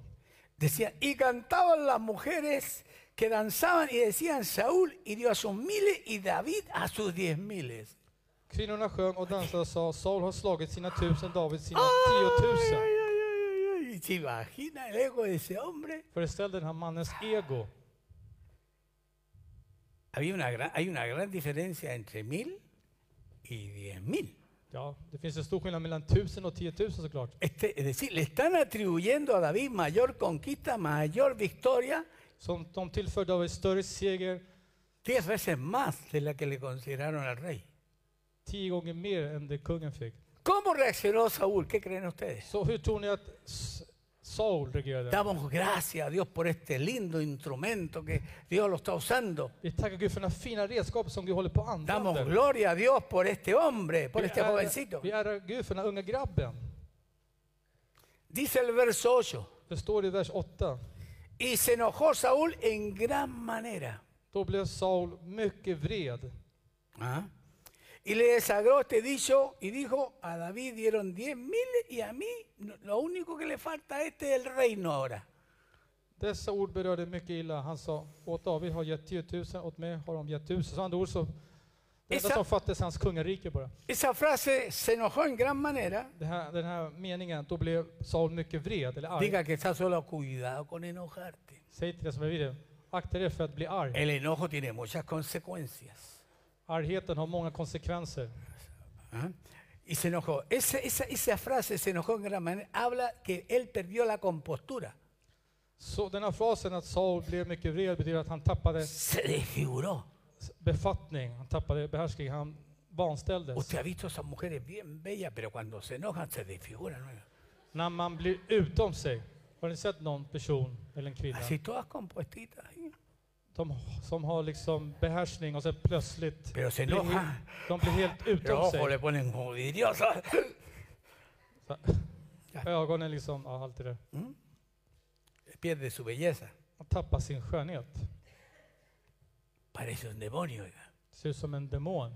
Speaker 1: decía, y cantaban las mujeres que danzaban y decían, Saúl hirió a sus miles y David a sus diez miles.
Speaker 2: Kvinnorna sjöng och dansade och sa Saul har slagit sina tusen, David sina tiotusen.
Speaker 1: ay, ay, ay. ¿Se imagina el ego de ese hombre?
Speaker 2: Föreställ dig den här mannens ego.
Speaker 1: Había una gran, hay una gran diferencia entre mil y diez mil.
Speaker 2: Ja, det finns en stor skillnad mellan tusen och tiotusen såklart.
Speaker 1: Este, es decir, le están atribuyendo a David mayor conquista, mayor victoria,
Speaker 2: Som de tillför David större seger,
Speaker 1: diez veces más de la que le consideraron al rey.
Speaker 2: tio gånger mer än det kungen fick.
Speaker 1: ¿Cómo reaccionó Saúl? ¿Qué creen ustedes?
Speaker 2: Så hur tror ni att S- Saul reagerade?
Speaker 1: Damos gracias a Dios por este lindo instrumento que Dios lo está usando.
Speaker 2: Vi tackar Gud för den här fina redskap som Gud håller på att
Speaker 1: Damos
Speaker 2: använda.
Speaker 1: gloria a Dios por este hombre,
Speaker 2: Vi
Speaker 1: por este
Speaker 2: ärar-
Speaker 1: jovencito.
Speaker 2: vi ärar Gud för den här unga grabben.
Speaker 1: Dice el verso 8.
Speaker 2: Det står i vers 8.
Speaker 1: Y se enojó Saúl en gran manera.
Speaker 2: Då blev Saul mycket vred.
Speaker 1: Y le desagró este dicho y dijo, a David dieron diez mil y a mí no- lo único que le falta a este es el reino ahora.
Speaker 2: Dessa ord berörde mycket illa. Han sa, åt David har gett 10 000, åt mig har de gett 1000. Så andra ord så, det enda
Speaker 1: Esa-
Speaker 2: som fattades hans kungarike bara.
Speaker 1: Esa frase se enojó en gran manera.
Speaker 2: Det här, den här meningen, då blev Saul mycket vred, eller arg.
Speaker 1: Diga que está solo cuidado con enojarte.
Speaker 2: Säg till det som är vid dig, akta dig för att bli arg.
Speaker 1: El enojo tiene muchas consecuencias.
Speaker 2: Argheten har många konsekvenser.
Speaker 1: ¿ah? Y se enojó. Esa, esa- esa frase se enojó en gran manera. Habla que él perdió la compostura.
Speaker 2: Så den här frasen att Saul blev mycket vred betyder att han tappade
Speaker 1: Se desfiguró.
Speaker 2: befattning, han tappade behärskning, han vanställdes.
Speaker 1: Usted ha visto esas mujeres bien bellas, pero cuando se enojan se desfiguran. ¿no?
Speaker 2: När man blir utom sig. Har ni sett någon person eller en kvinna
Speaker 1: Así todas compuestitas. ¿sí?
Speaker 2: de, som har liksom behärskning och sen plötsligt
Speaker 1: Pero se
Speaker 2: blir,
Speaker 1: enoja.
Speaker 2: he- de blir helt
Speaker 1: Los
Speaker 2: utom
Speaker 1: ojos
Speaker 2: sig?
Speaker 1: le ponen como vidriosos.
Speaker 2: Så, ögonen liksom, ja, allt det där.
Speaker 1: *laughs* Pierde su belleza.
Speaker 2: Man tappar sin skönhet.
Speaker 1: Parece un demonio. oiga.
Speaker 2: Ser ut som en demon.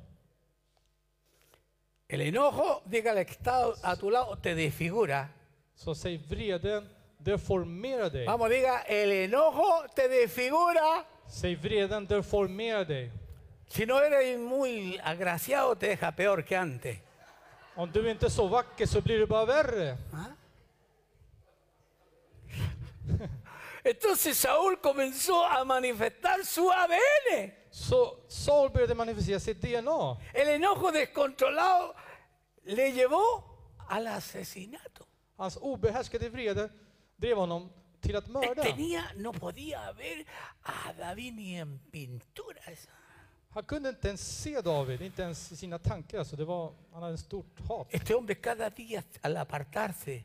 Speaker 1: El enojo, dígale que está a tu lado, te desfigura.
Speaker 2: Så säg vreden deformerar dig.
Speaker 1: Vamos, diga, el enojo te desfigura.
Speaker 2: Säg vreden deformerar dig.
Speaker 1: Si no eres muy agraciado, te deja peor que antes.
Speaker 2: Om du inte är så vacker så blir det bara värre.
Speaker 1: Entonces Saúl comenzó a manifestar su ADN.
Speaker 2: Så Saul började manifestera sitt DNA.
Speaker 1: El enojo descontrolado le llevó al asesinato.
Speaker 2: Hans obehärskade vrede drev honom till att
Speaker 1: Él
Speaker 2: mörda.
Speaker 1: tenía, no podía ver a David ni en pinturas.
Speaker 2: Han kunde inte ens se David, inte ens i sina tankar. Så det var, han hade ett stort hat.
Speaker 1: Este hombre cada día al apartarse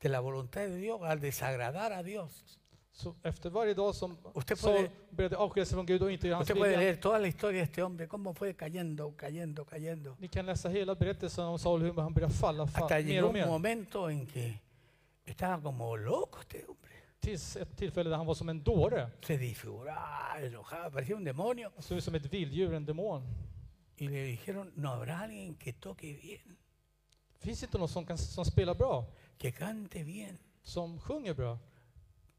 Speaker 1: de la voluntad de Dios, al desagradar a Dios.
Speaker 2: Så efter varje dag som
Speaker 1: Usted
Speaker 2: Saul
Speaker 1: puede-
Speaker 2: började avskilja sig från Gud och inte göra hans
Speaker 1: Usted puede
Speaker 2: vilja.
Speaker 1: leer toda la historia de este hombre, cómo fue cayendo, cayendo, cayendo.
Speaker 2: Ni kan läsa hela berättelsen om Saul hur han började falla,
Speaker 1: Hasta
Speaker 2: falla mer
Speaker 1: llegó
Speaker 2: och
Speaker 1: un
Speaker 2: mer.
Speaker 1: momento en que estaba como loco este hombre.
Speaker 2: Tills ett tillfälle där han var som en dåre.
Speaker 1: Se disfiguraba, enojaba, parecía un demonio.
Speaker 2: Han såg ut som ett vilddjur, en demon.
Speaker 1: Y le dijeron, no habrá alguien que toque bien,
Speaker 2: Finns inte någon som, kan, som spelar bra,
Speaker 1: que cante bien,
Speaker 2: som sjunger bra,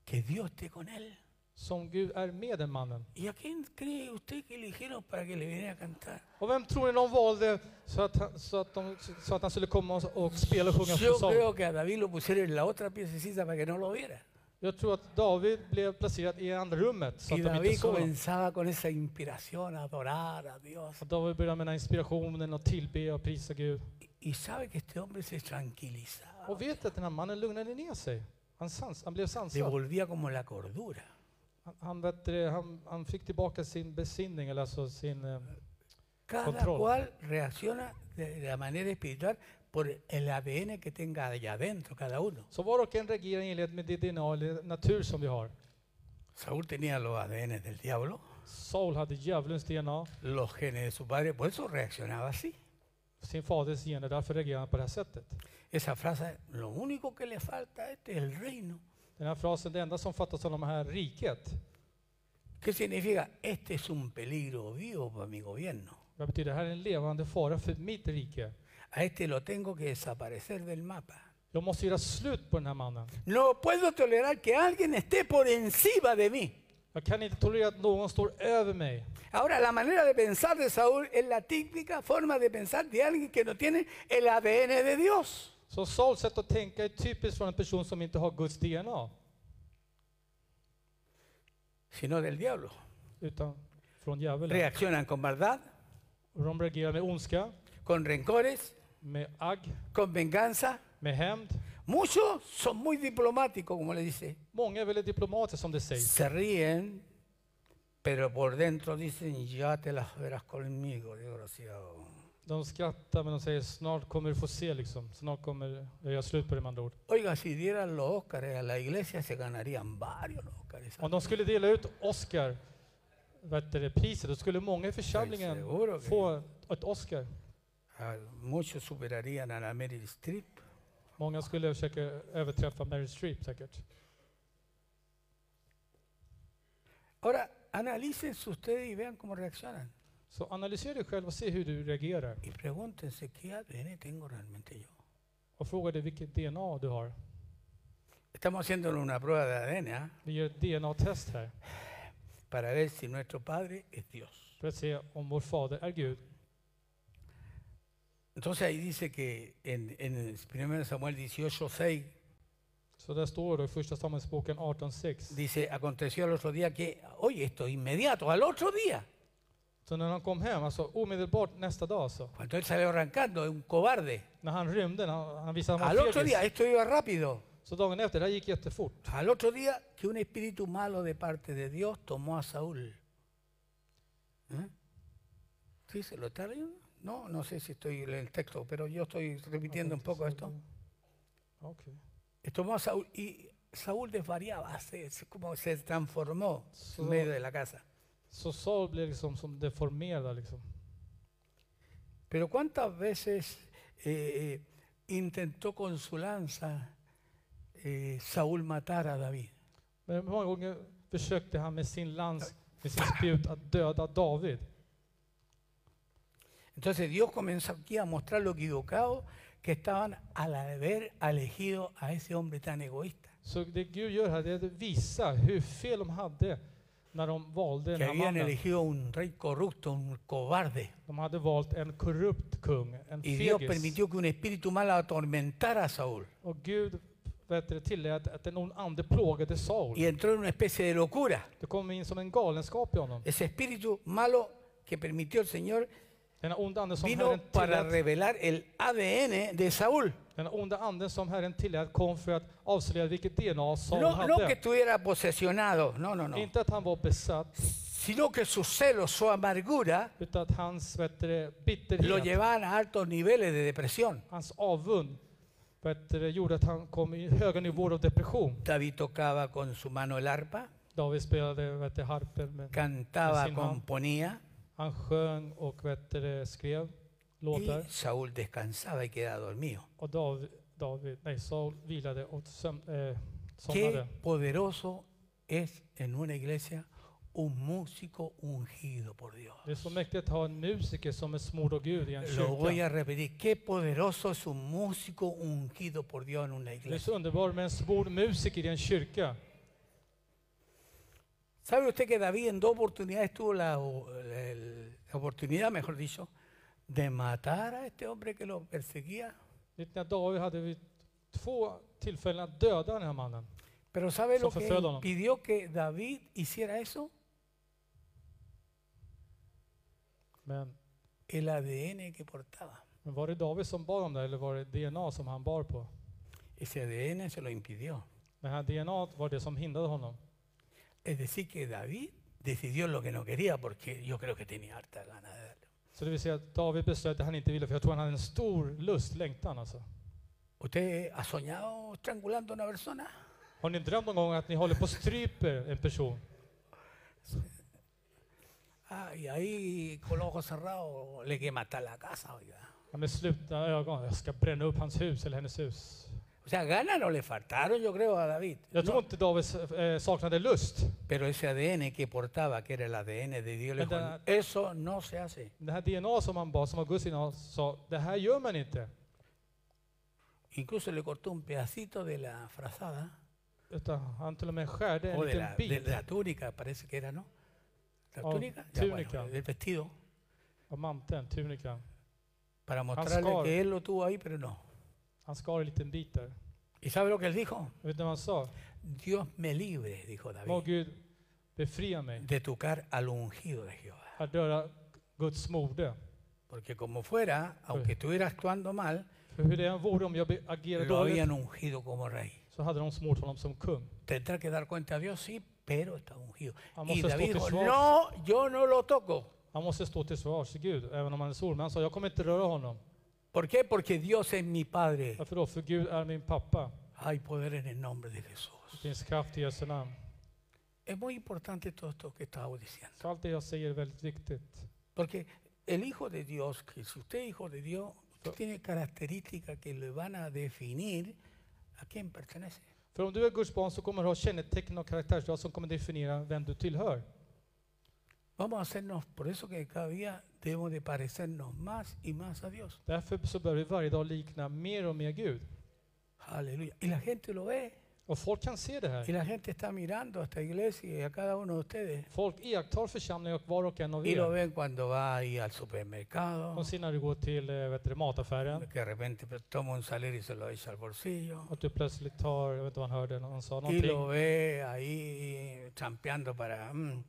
Speaker 1: que Dios esté con él.
Speaker 2: som Gud är med den mannen?
Speaker 1: ¿Y a quién cree usted que eligieron para que le viniera a cantar?
Speaker 2: Och vem tror ni de valde så att, han- så att, de, så att han skulle komma och, och spela och sjunga för
Speaker 1: Yo
Speaker 2: Saul?
Speaker 1: creo que a David lo pusieron en la otra piececita para que no lo viera.
Speaker 2: Jag tror att David blev placerad i andra rummet
Speaker 1: Y
Speaker 2: så att de inte
Speaker 1: David
Speaker 2: såg honom.
Speaker 1: comenzaba con esa inspiración a adorar a Dios.
Speaker 2: Och David började med den här inspirationen och tillbe och prisa Gud.
Speaker 1: Y sabe que este hombre se tranquilizaba,
Speaker 2: Och vet att den här mannen lugnade ner sig. Han, sans, han blev
Speaker 1: le
Speaker 2: sansad.
Speaker 1: volvía como la cordura.
Speaker 2: Han, han, vet, du, han, han fick tillbaka sin besinning, eller alltså sin... eh,
Speaker 1: Cada
Speaker 2: Control.
Speaker 1: cual reacciona de la manera espiritual por el ADN que tenga allá adentro cada uno.
Speaker 2: Så var och en reagerar i enlighet med det DNA eller natur som vi har.
Speaker 1: Saúl tenía los ADN del diablo,
Speaker 2: Saul hade djävulens DNA,
Speaker 1: los genes de su padre, por eso reaccionaba así.
Speaker 2: sin faders gener, därför reagerar han på det här sättet.
Speaker 1: Esa frase, lo único que le falta a este es el reino.
Speaker 2: Den här frasen, det enda som fattas av de här riket,
Speaker 1: ¿Qué significa? Este es un peligro vivo para mi gobierno.
Speaker 2: vad betyder det? här är en levande fara för mitt rike.
Speaker 1: A este lo tengo que desaparecer del mapa.
Speaker 2: Jag måste göra slut på den här mannen.
Speaker 1: No puedo tolerar que alguien esté por encima de mí.
Speaker 2: Jag kan inte tolerera att någon står över mig.
Speaker 1: Ahora, la manera de pensar de Saúl es la típica forma de pensar de alguien que no tiene el ADN de Dios.
Speaker 2: Så Sauls sätt att tänka är typiskt från en person som inte har Guds DNA,
Speaker 1: sino del diablo.
Speaker 2: utan från djävulen.
Speaker 1: Reaccionan con maldad,
Speaker 2: Och De reagerar med ondska,
Speaker 1: con rencores,
Speaker 2: med agg,
Speaker 1: con venganza.
Speaker 2: med hämnd.
Speaker 1: Muchos son muy diplomáticos, como le dice.
Speaker 2: Många är väldigt diplomatiska som det sägs.
Speaker 1: Se ríen, pero por dentro dicen, ya te las verás conmigo, desgraciado.
Speaker 2: De skrattar men de säger snart kommer du få se liksom. Snart kommer jag göra slut på det med andra ord.
Speaker 1: Oiga, si dieran los Óscares a la iglesia, se ganarían varios los Óscares.
Speaker 2: Om de skulle dela ut Oscar, vad heter det, priset, då skulle många
Speaker 1: Jag
Speaker 2: i
Speaker 1: är
Speaker 2: församlingen
Speaker 1: säker på det.
Speaker 2: få ett Oscar.
Speaker 1: Ah, Muchos superarían a la Meryl Streep.
Speaker 2: Många skulle försöka överträffa Meryl Streep säkert.
Speaker 1: Ahora, analícense ustedes y vean cómo reaccionan.
Speaker 2: Så analysera dig själv och se hur du reagerar.
Speaker 1: Y pregúntense, ¿qué ADN tengo realmente yo?
Speaker 2: Och fråga dig vilket DNA du har.
Speaker 1: Estamos haciendo una prueba de ADN ¿ah?
Speaker 2: Vi gör ett DNA-test här
Speaker 1: para ver si nuestro Padre es Dios.
Speaker 2: för att se om vår fader är Gud.
Speaker 1: Entonces ahí dice que en, en 1 Samuel 18, 6,
Speaker 2: Så där står det i Första Samuelsboken 18.6.
Speaker 1: dice, aconteció al otro día que, oye, esto inmediato, al otro día,
Speaker 2: Så när han kom hem, alltså omedelbart nästa dag alltså.
Speaker 1: cuando él salió arrancando, es un cobarde.
Speaker 2: När han rymde, när han, han visade att han
Speaker 1: Al
Speaker 2: var
Speaker 1: otro día,
Speaker 2: fegis.
Speaker 1: esto iba rápido.
Speaker 2: Så dagen efter, det här gick jättefort.
Speaker 1: Al otro día que un espíritu malo de parte de Dios tomó a Saúl. ¿Eh? ¿Sí se lo está leyendo? No, no sé si estoy en el texto, pero yo estoy repitiendo un poco esto.
Speaker 2: Okej.
Speaker 1: Tomó a Saúl y Saúl desvariaba, se, se- como se transformó en
Speaker 2: Så-
Speaker 1: medio de la casa.
Speaker 2: Så Saul blev liksom som deformerad. Liksom.
Speaker 1: Pero cuántas veces eh, eh, intentó con su lanza eh, Saúl matar a David.
Speaker 2: Men hur många gånger försökte han med sin lans, med sin spjut, att döda David.
Speaker 1: Entonces Dios comenzó aquí a mostrar lo equivocado que estaban al haber elegido a ese hombre tan egoísta,
Speaker 2: Så det Gud gör här, det är att visa hur fel de hade när de valde den
Speaker 1: que
Speaker 2: här
Speaker 1: habían
Speaker 2: mannen.
Speaker 1: elegido un rey corrupto, un cobarde.
Speaker 2: De hade valt en korrupt kung, en
Speaker 1: Y Dios
Speaker 2: fegis.
Speaker 1: permitió que un espíritu malo atormentara a Saúl.
Speaker 2: Och Gud vet du, tillät att en ond ande plågade Saul.
Speaker 1: y entró en una especie de locura.
Speaker 2: Det kom in som en galenskap i honom.
Speaker 1: Ese espíritu malo que permitió el Señor
Speaker 2: Denna onda ande som
Speaker 1: vino
Speaker 2: Herren
Speaker 1: para
Speaker 2: tillät,
Speaker 1: revelar el ADN de Saúl.
Speaker 2: denna onda anden som Herren tillät kom för att avslöja vilket DNA Saul
Speaker 1: No, no que
Speaker 2: hade.
Speaker 1: estuviera posesionado, no, no, no.
Speaker 2: Inte att han var besatt,
Speaker 1: Sino que su celo, su amargura
Speaker 2: utan att hans vet du,
Speaker 1: lo
Speaker 2: bitterhet,
Speaker 1: llevaban a altos niveles de depresión.
Speaker 2: hans avund, vet du, gjorde att han kom i höga nivåer av depression.
Speaker 1: David tocaba con su mano el arpa,
Speaker 2: David spelade vet du, harpen, men
Speaker 1: cantaba,
Speaker 2: Sin mano.
Speaker 1: componía
Speaker 2: han sjöng och vet du, skrev
Speaker 1: y
Speaker 2: låtar.
Speaker 1: Saúl descansaba y quedaba dormido.
Speaker 2: Och David, David, nej, Saul vilade och sömn, eh,
Speaker 1: Qué
Speaker 2: somnade.
Speaker 1: poderoso es en una iglesia un músico ungido por Dios.
Speaker 2: Det är så mäktigt att ha en musiker som är smord av Gud i en
Speaker 1: Lo voy
Speaker 2: kyrka.
Speaker 1: a repetir, qué poderoso es un músico ungido por Dios en una
Speaker 2: Det är
Speaker 1: iglesia.
Speaker 2: så underbart med en smord musiker i en kyrka.
Speaker 1: ¿Sabe usted que David en dos oportunidades tuvo la, o- el- la oportunidad, mejor dicho, de matar a este hombre que lo perseguía?
Speaker 2: Vet ni att David hade vid två tillfällen att döda den här mannen.
Speaker 1: Pero ¿sabe lo
Speaker 2: Eso fue
Speaker 1: que
Speaker 2: feo, ¿no?
Speaker 1: impidió que David hiciera eso?
Speaker 2: Men,
Speaker 1: El ADN que portaba.
Speaker 2: men var det David som bar om det eller var det DNA som han bar på?
Speaker 1: Ese ADN se lo impidió.
Speaker 2: Det här DNA var det som hindrade honom.
Speaker 1: Es decir, que David decidió lo que no quería porque yo creo que tenía harta ganas de darlo.
Speaker 2: Så det vill säga att David beslöt att han inte ville, för jag tror han hade en stor lust, längtan alltså.
Speaker 1: ¿Usted ha soñado estrangulando a una persona?
Speaker 2: Har ni drömt någon gång att ni håller på och stryper en person?
Speaker 1: Ah, y ahí con los ojos cerrados le quema hasta la casa, oiga.
Speaker 2: Ja, med slutna ögon, jag ska bränna upp hans hus eller hennes hus.
Speaker 1: O sea, ganas no le faltaron, yo creo, a David.
Speaker 2: Jag tror
Speaker 1: No,
Speaker 2: inte David eh, saknade lust.
Speaker 1: pero ese ADN que portaba, que era el ADN de Dios, le dijo,
Speaker 2: Verdad.
Speaker 1: eso no se hace.
Speaker 2: Det här DNA som han bar, som var Guds DNA, sa det här gör man inte.
Speaker 1: Incluso le cortó un pedacito de la frazada
Speaker 2: Utan han till och med skärde en
Speaker 1: o de
Speaker 2: liten
Speaker 1: la, de
Speaker 2: bit
Speaker 1: la túnica, parece que era, ¿no? La
Speaker 2: Oh,
Speaker 1: túnica, Ya, bueno,
Speaker 2: túnica.
Speaker 1: del vestido,
Speaker 2: av manteln, tunikan.
Speaker 1: para mostrarle
Speaker 2: scar.
Speaker 1: que él lo tuvo ahí, pero no.
Speaker 2: Han skar en liten bit där.
Speaker 1: ¿Y sabe lo que él dijo?
Speaker 2: Vet ni vad han sa?
Speaker 1: Dios me libre, dijo
Speaker 2: Må
Speaker 1: David,
Speaker 2: Gud befria mig
Speaker 1: de tocar al ungido de Jehová.
Speaker 2: att döda Guds mode.
Speaker 1: Porque como fuera, aunque estuviera actuando mal,
Speaker 2: För hur det än vore om jag be- agerade
Speaker 1: lo
Speaker 2: dåligt
Speaker 1: habían ungido como rey.
Speaker 2: så hade de smort honom som kung.
Speaker 1: Tendrá que dar cuenta a Dios, sí, pero está ungido.
Speaker 2: Han
Speaker 1: Y
Speaker 2: måste stå
Speaker 1: David
Speaker 2: till
Speaker 1: dijo,
Speaker 2: svars.
Speaker 1: no, yo no lo toco.
Speaker 2: Han måste stå till svars till Gud, även om han är stor. Men han sa, jag kommer inte röra honom.
Speaker 1: ¿Por qué? Porque Dios es mi Padre.
Speaker 2: Varför då? För Gud är min pappa.
Speaker 1: Hay poder en el nombre de Jesús.
Speaker 2: Det finns kraft i Jesu namn.
Speaker 1: Es muy importante todo esto que estaba diciendo.
Speaker 2: Så allt det jag säger är väldigt viktigt.
Speaker 1: Porque el Hijo de Dios, que si usted es Hijo de Dios, usted tiene características que le van a definir a quién pertenece.
Speaker 2: För om du är Guds barn så kommer du ha kännetecken och karaktärsdrag som kommer definiera vem du tillhör.
Speaker 1: Vamos a hacernos, por eso que cada día debemos de parecernos más y más a Dios.
Speaker 2: Därför så bör vi varje dag likna mer och mer Gud.
Speaker 1: Aleluya. Y la gente lo ve.
Speaker 2: Och folk kan se det
Speaker 1: Y
Speaker 2: här.
Speaker 1: la gente está mirando a esta iglesia y a cada uno de ustedes.
Speaker 2: Folk iakttar församlingen och var och en av
Speaker 1: Y lo
Speaker 2: er.
Speaker 1: ven cuando va ahí al supermercado,
Speaker 2: De ser när du går till eh, vet du, mataffären,
Speaker 1: que de repente toma un salario y se lo echa al bolsillo.
Speaker 2: att du plötsligt tar, jag vet inte vad han hörde, han sa
Speaker 1: Y lo
Speaker 2: någonting.
Speaker 1: ve ahí trampeando para mm,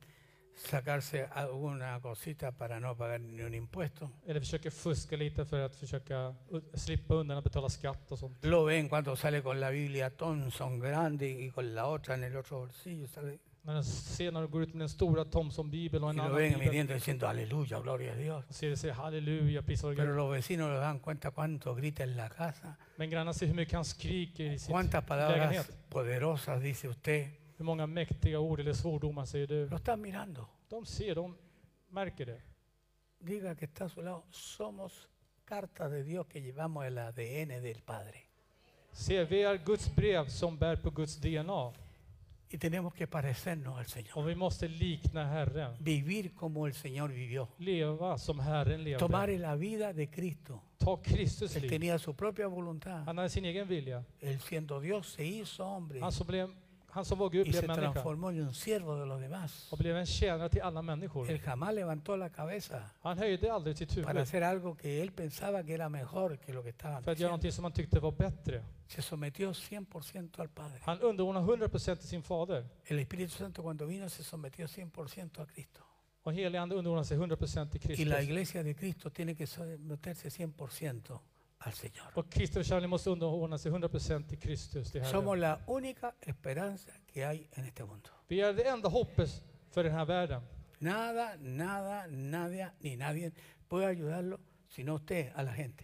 Speaker 1: sacarse alguna cosita para no pagar ni un impuesto.
Speaker 2: Eller försöker fuska lite för att försöka u- slippa undan att betala skatt och sånt.
Speaker 1: Lo ven cuando sale con la Biblia Thompson grande y con la otra en el otro bolsillo. sale.
Speaker 2: Men de ser när du går ut med den stora Thomson-bibeln
Speaker 1: Y
Speaker 2: och en
Speaker 1: lo
Speaker 2: annan
Speaker 1: ven
Speaker 2: bibel.
Speaker 1: viniendo diciendo aleluya, gloria a Dios.
Speaker 2: Och ser det säger halleluja, prisar
Speaker 1: Pero
Speaker 2: Gud.
Speaker 1: los vecinos le dan cuenta cuánto grita en la casa,
Speaker 2: Men grannarna ser hur mycket han skriker i sitt
Speaker 1: cuántas palabras
Speaker 2: lägenhet.
Speaker 1: poderosas dice usted.
Speaker 2: Hur många mäktiga ord eller svordomar säger du?
Speaker 1: Lo están mirando.
Speaker 2: De ser, de märker det.
Speaker 1: Diga que está a su lado. Somos cartas de Dios que llevamos el ADN del Padre.
Speaker 2: Se, vi är Guds brev som bär på Guds DNA.
Speaker 1: Y tenemos que parecernos al Señor.
Speaker 2: Och vi måste likna Herren.
Speaker 1: Vivir como el Señor vivió.
Speaker 2: Leva som Herren
Speaker 1: Tomar
Speaker 2: levde.
Speaker 1: la vida de Cristo.
Speaker 2: Ta Kristus
Speaker 1: Él
Speaker 2: liv.
Speaker 1: tenía su propia voluntad.
Speaker 2: Han hade sin egen vilja. Ah,
Speaker 1: Él siendo Dios se hizo hombre.
Speaker 2: Han som blev han som var Gud
Speaker 1: y se
Speaker 2: blev människa
Speaker 1: transformó en un siervo de los demás.
Speaker 2: och blev en tjänare till alla människor.
Speaker 1: Él jamás levantó la cabeza
Speaker 2: Han höjde aldrig sitt
Speaker 1: para
Speaker 2: huvud
Speaker 1: hacer algo que él pensaba que era mejor que lo que estaba
Speaker 2: för att göra
Speaker 1: haciendo.
Speaker 2: någonting som han tyckte var bättre.
Speaker 1: Se sometió 100% al Padre.
Speaker 2: Han underordnade 100% till sin fader
Speaker 1: El Espíritu Santo cuando vino se sometió 100% a Cristo.
Speaker 2: och helig ande underordnade sig 100% till
Speaker 1: Y la
Speaker 2: Kristus.
Speaker 1: iglesia de Cristo tiene que someterse 100% al Señor.
Speaker 2: Och Kristi församling måste underordna sig 100% till Kristus, till
Speaker 1: Somos
Speaker 2: Herren.
Speaker 1: la única esperanza que hay en este mundo.
Speaker 2: Vi är det enda hoppet för den här världen.
Speaker 1: Nada, nada, nadie ni nadie puede ayudarlo sino usted a la gente.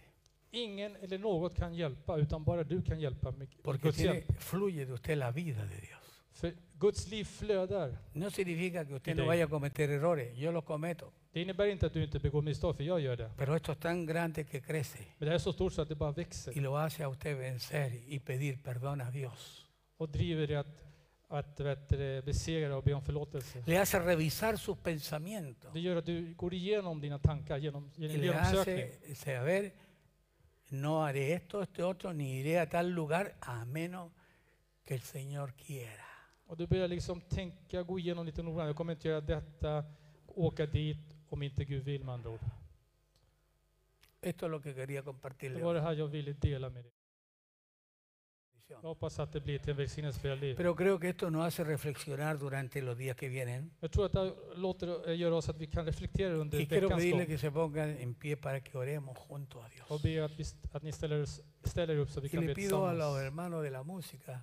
Speaker 2: Ingen eller något kan hjälpa, utan bara du kan hjälpa med med
Speaker 1: Porque
Speaker 2: Guds
Speaker 1: tiene-
Speaker 2: hjälp.
Speaker 1: fluye de usted la vida de Dios.
Speaker 2: För Guds liv flödar.
Speaker 1: No significa que usted
Speaker 2: Y
Speaker 1: no
Speaker 2: de-
Speaker 1: vaya a cometer errores, yo los cometo,
Speaker 2: Det innebär inte att du inte begår misstag, för jag gör det.
Speaker 1: pero esto es tan grande que crece
Speaker 2: Men det här är så stort så att det bara
Speaker 1: y
Speaker 2: växer
Speaker 1: lo hace a usted vencer y pedir perdón a Dios.
Speaker 2: och driver dig att, att vet du det, besegra och be om förlåtelse.
Speaker 1: Le hace revisar sus pensamientos
Speaker 2: Det gör att du går igenom dina tankar genom,
Speaker 1: y
Speaker 2: genom
Speaker 1: le
Speaker 2: genomsökning.
Speaker 1: hace saber, no haré esto, este otro, ni iré a tal lugar a menos que el Señor quiera.
Speaker 2: Och du börjar liksom tänka, gå igenom lite noggrant. Jag kommer inte göra detta, åka dit om inte Gud vill med andra ord.
Speaker 1: Esto es lo que quería
Speaker 2: Det
Speaker 1: compartirle.
Speaker 2: var
Speaker 1: hoy.
Speaker 2: det här jag ville dela med dig.
Speaker 1: Bendición.
Speaker 2: Jag hoppas att det blir till en välsignelse för era liv.
Speaker 1: Pero creo que esto nos hace reflexionar durante los días que vienen.
Speaker 2: Jag tror att det här låter, eh, gör oss att vi kan reflektera under
Speaker 1: Y quiero
Speaker 2: veckans
Speaker 1: pedirle
Speaker 2: gång
Speaker 1: que se pongan en pie para que oremos junto a Dios.
Speaker 2: och be att, vi, st- att ni ställer, oss- ställer upp så vi
Speaker 1: Y
Speaker 2: kan
Speaker 1: le
Speaker 2: be
Speaker 1: pido a los
Speaker 2: tillsammans.
Speaker 1: hermanos de la música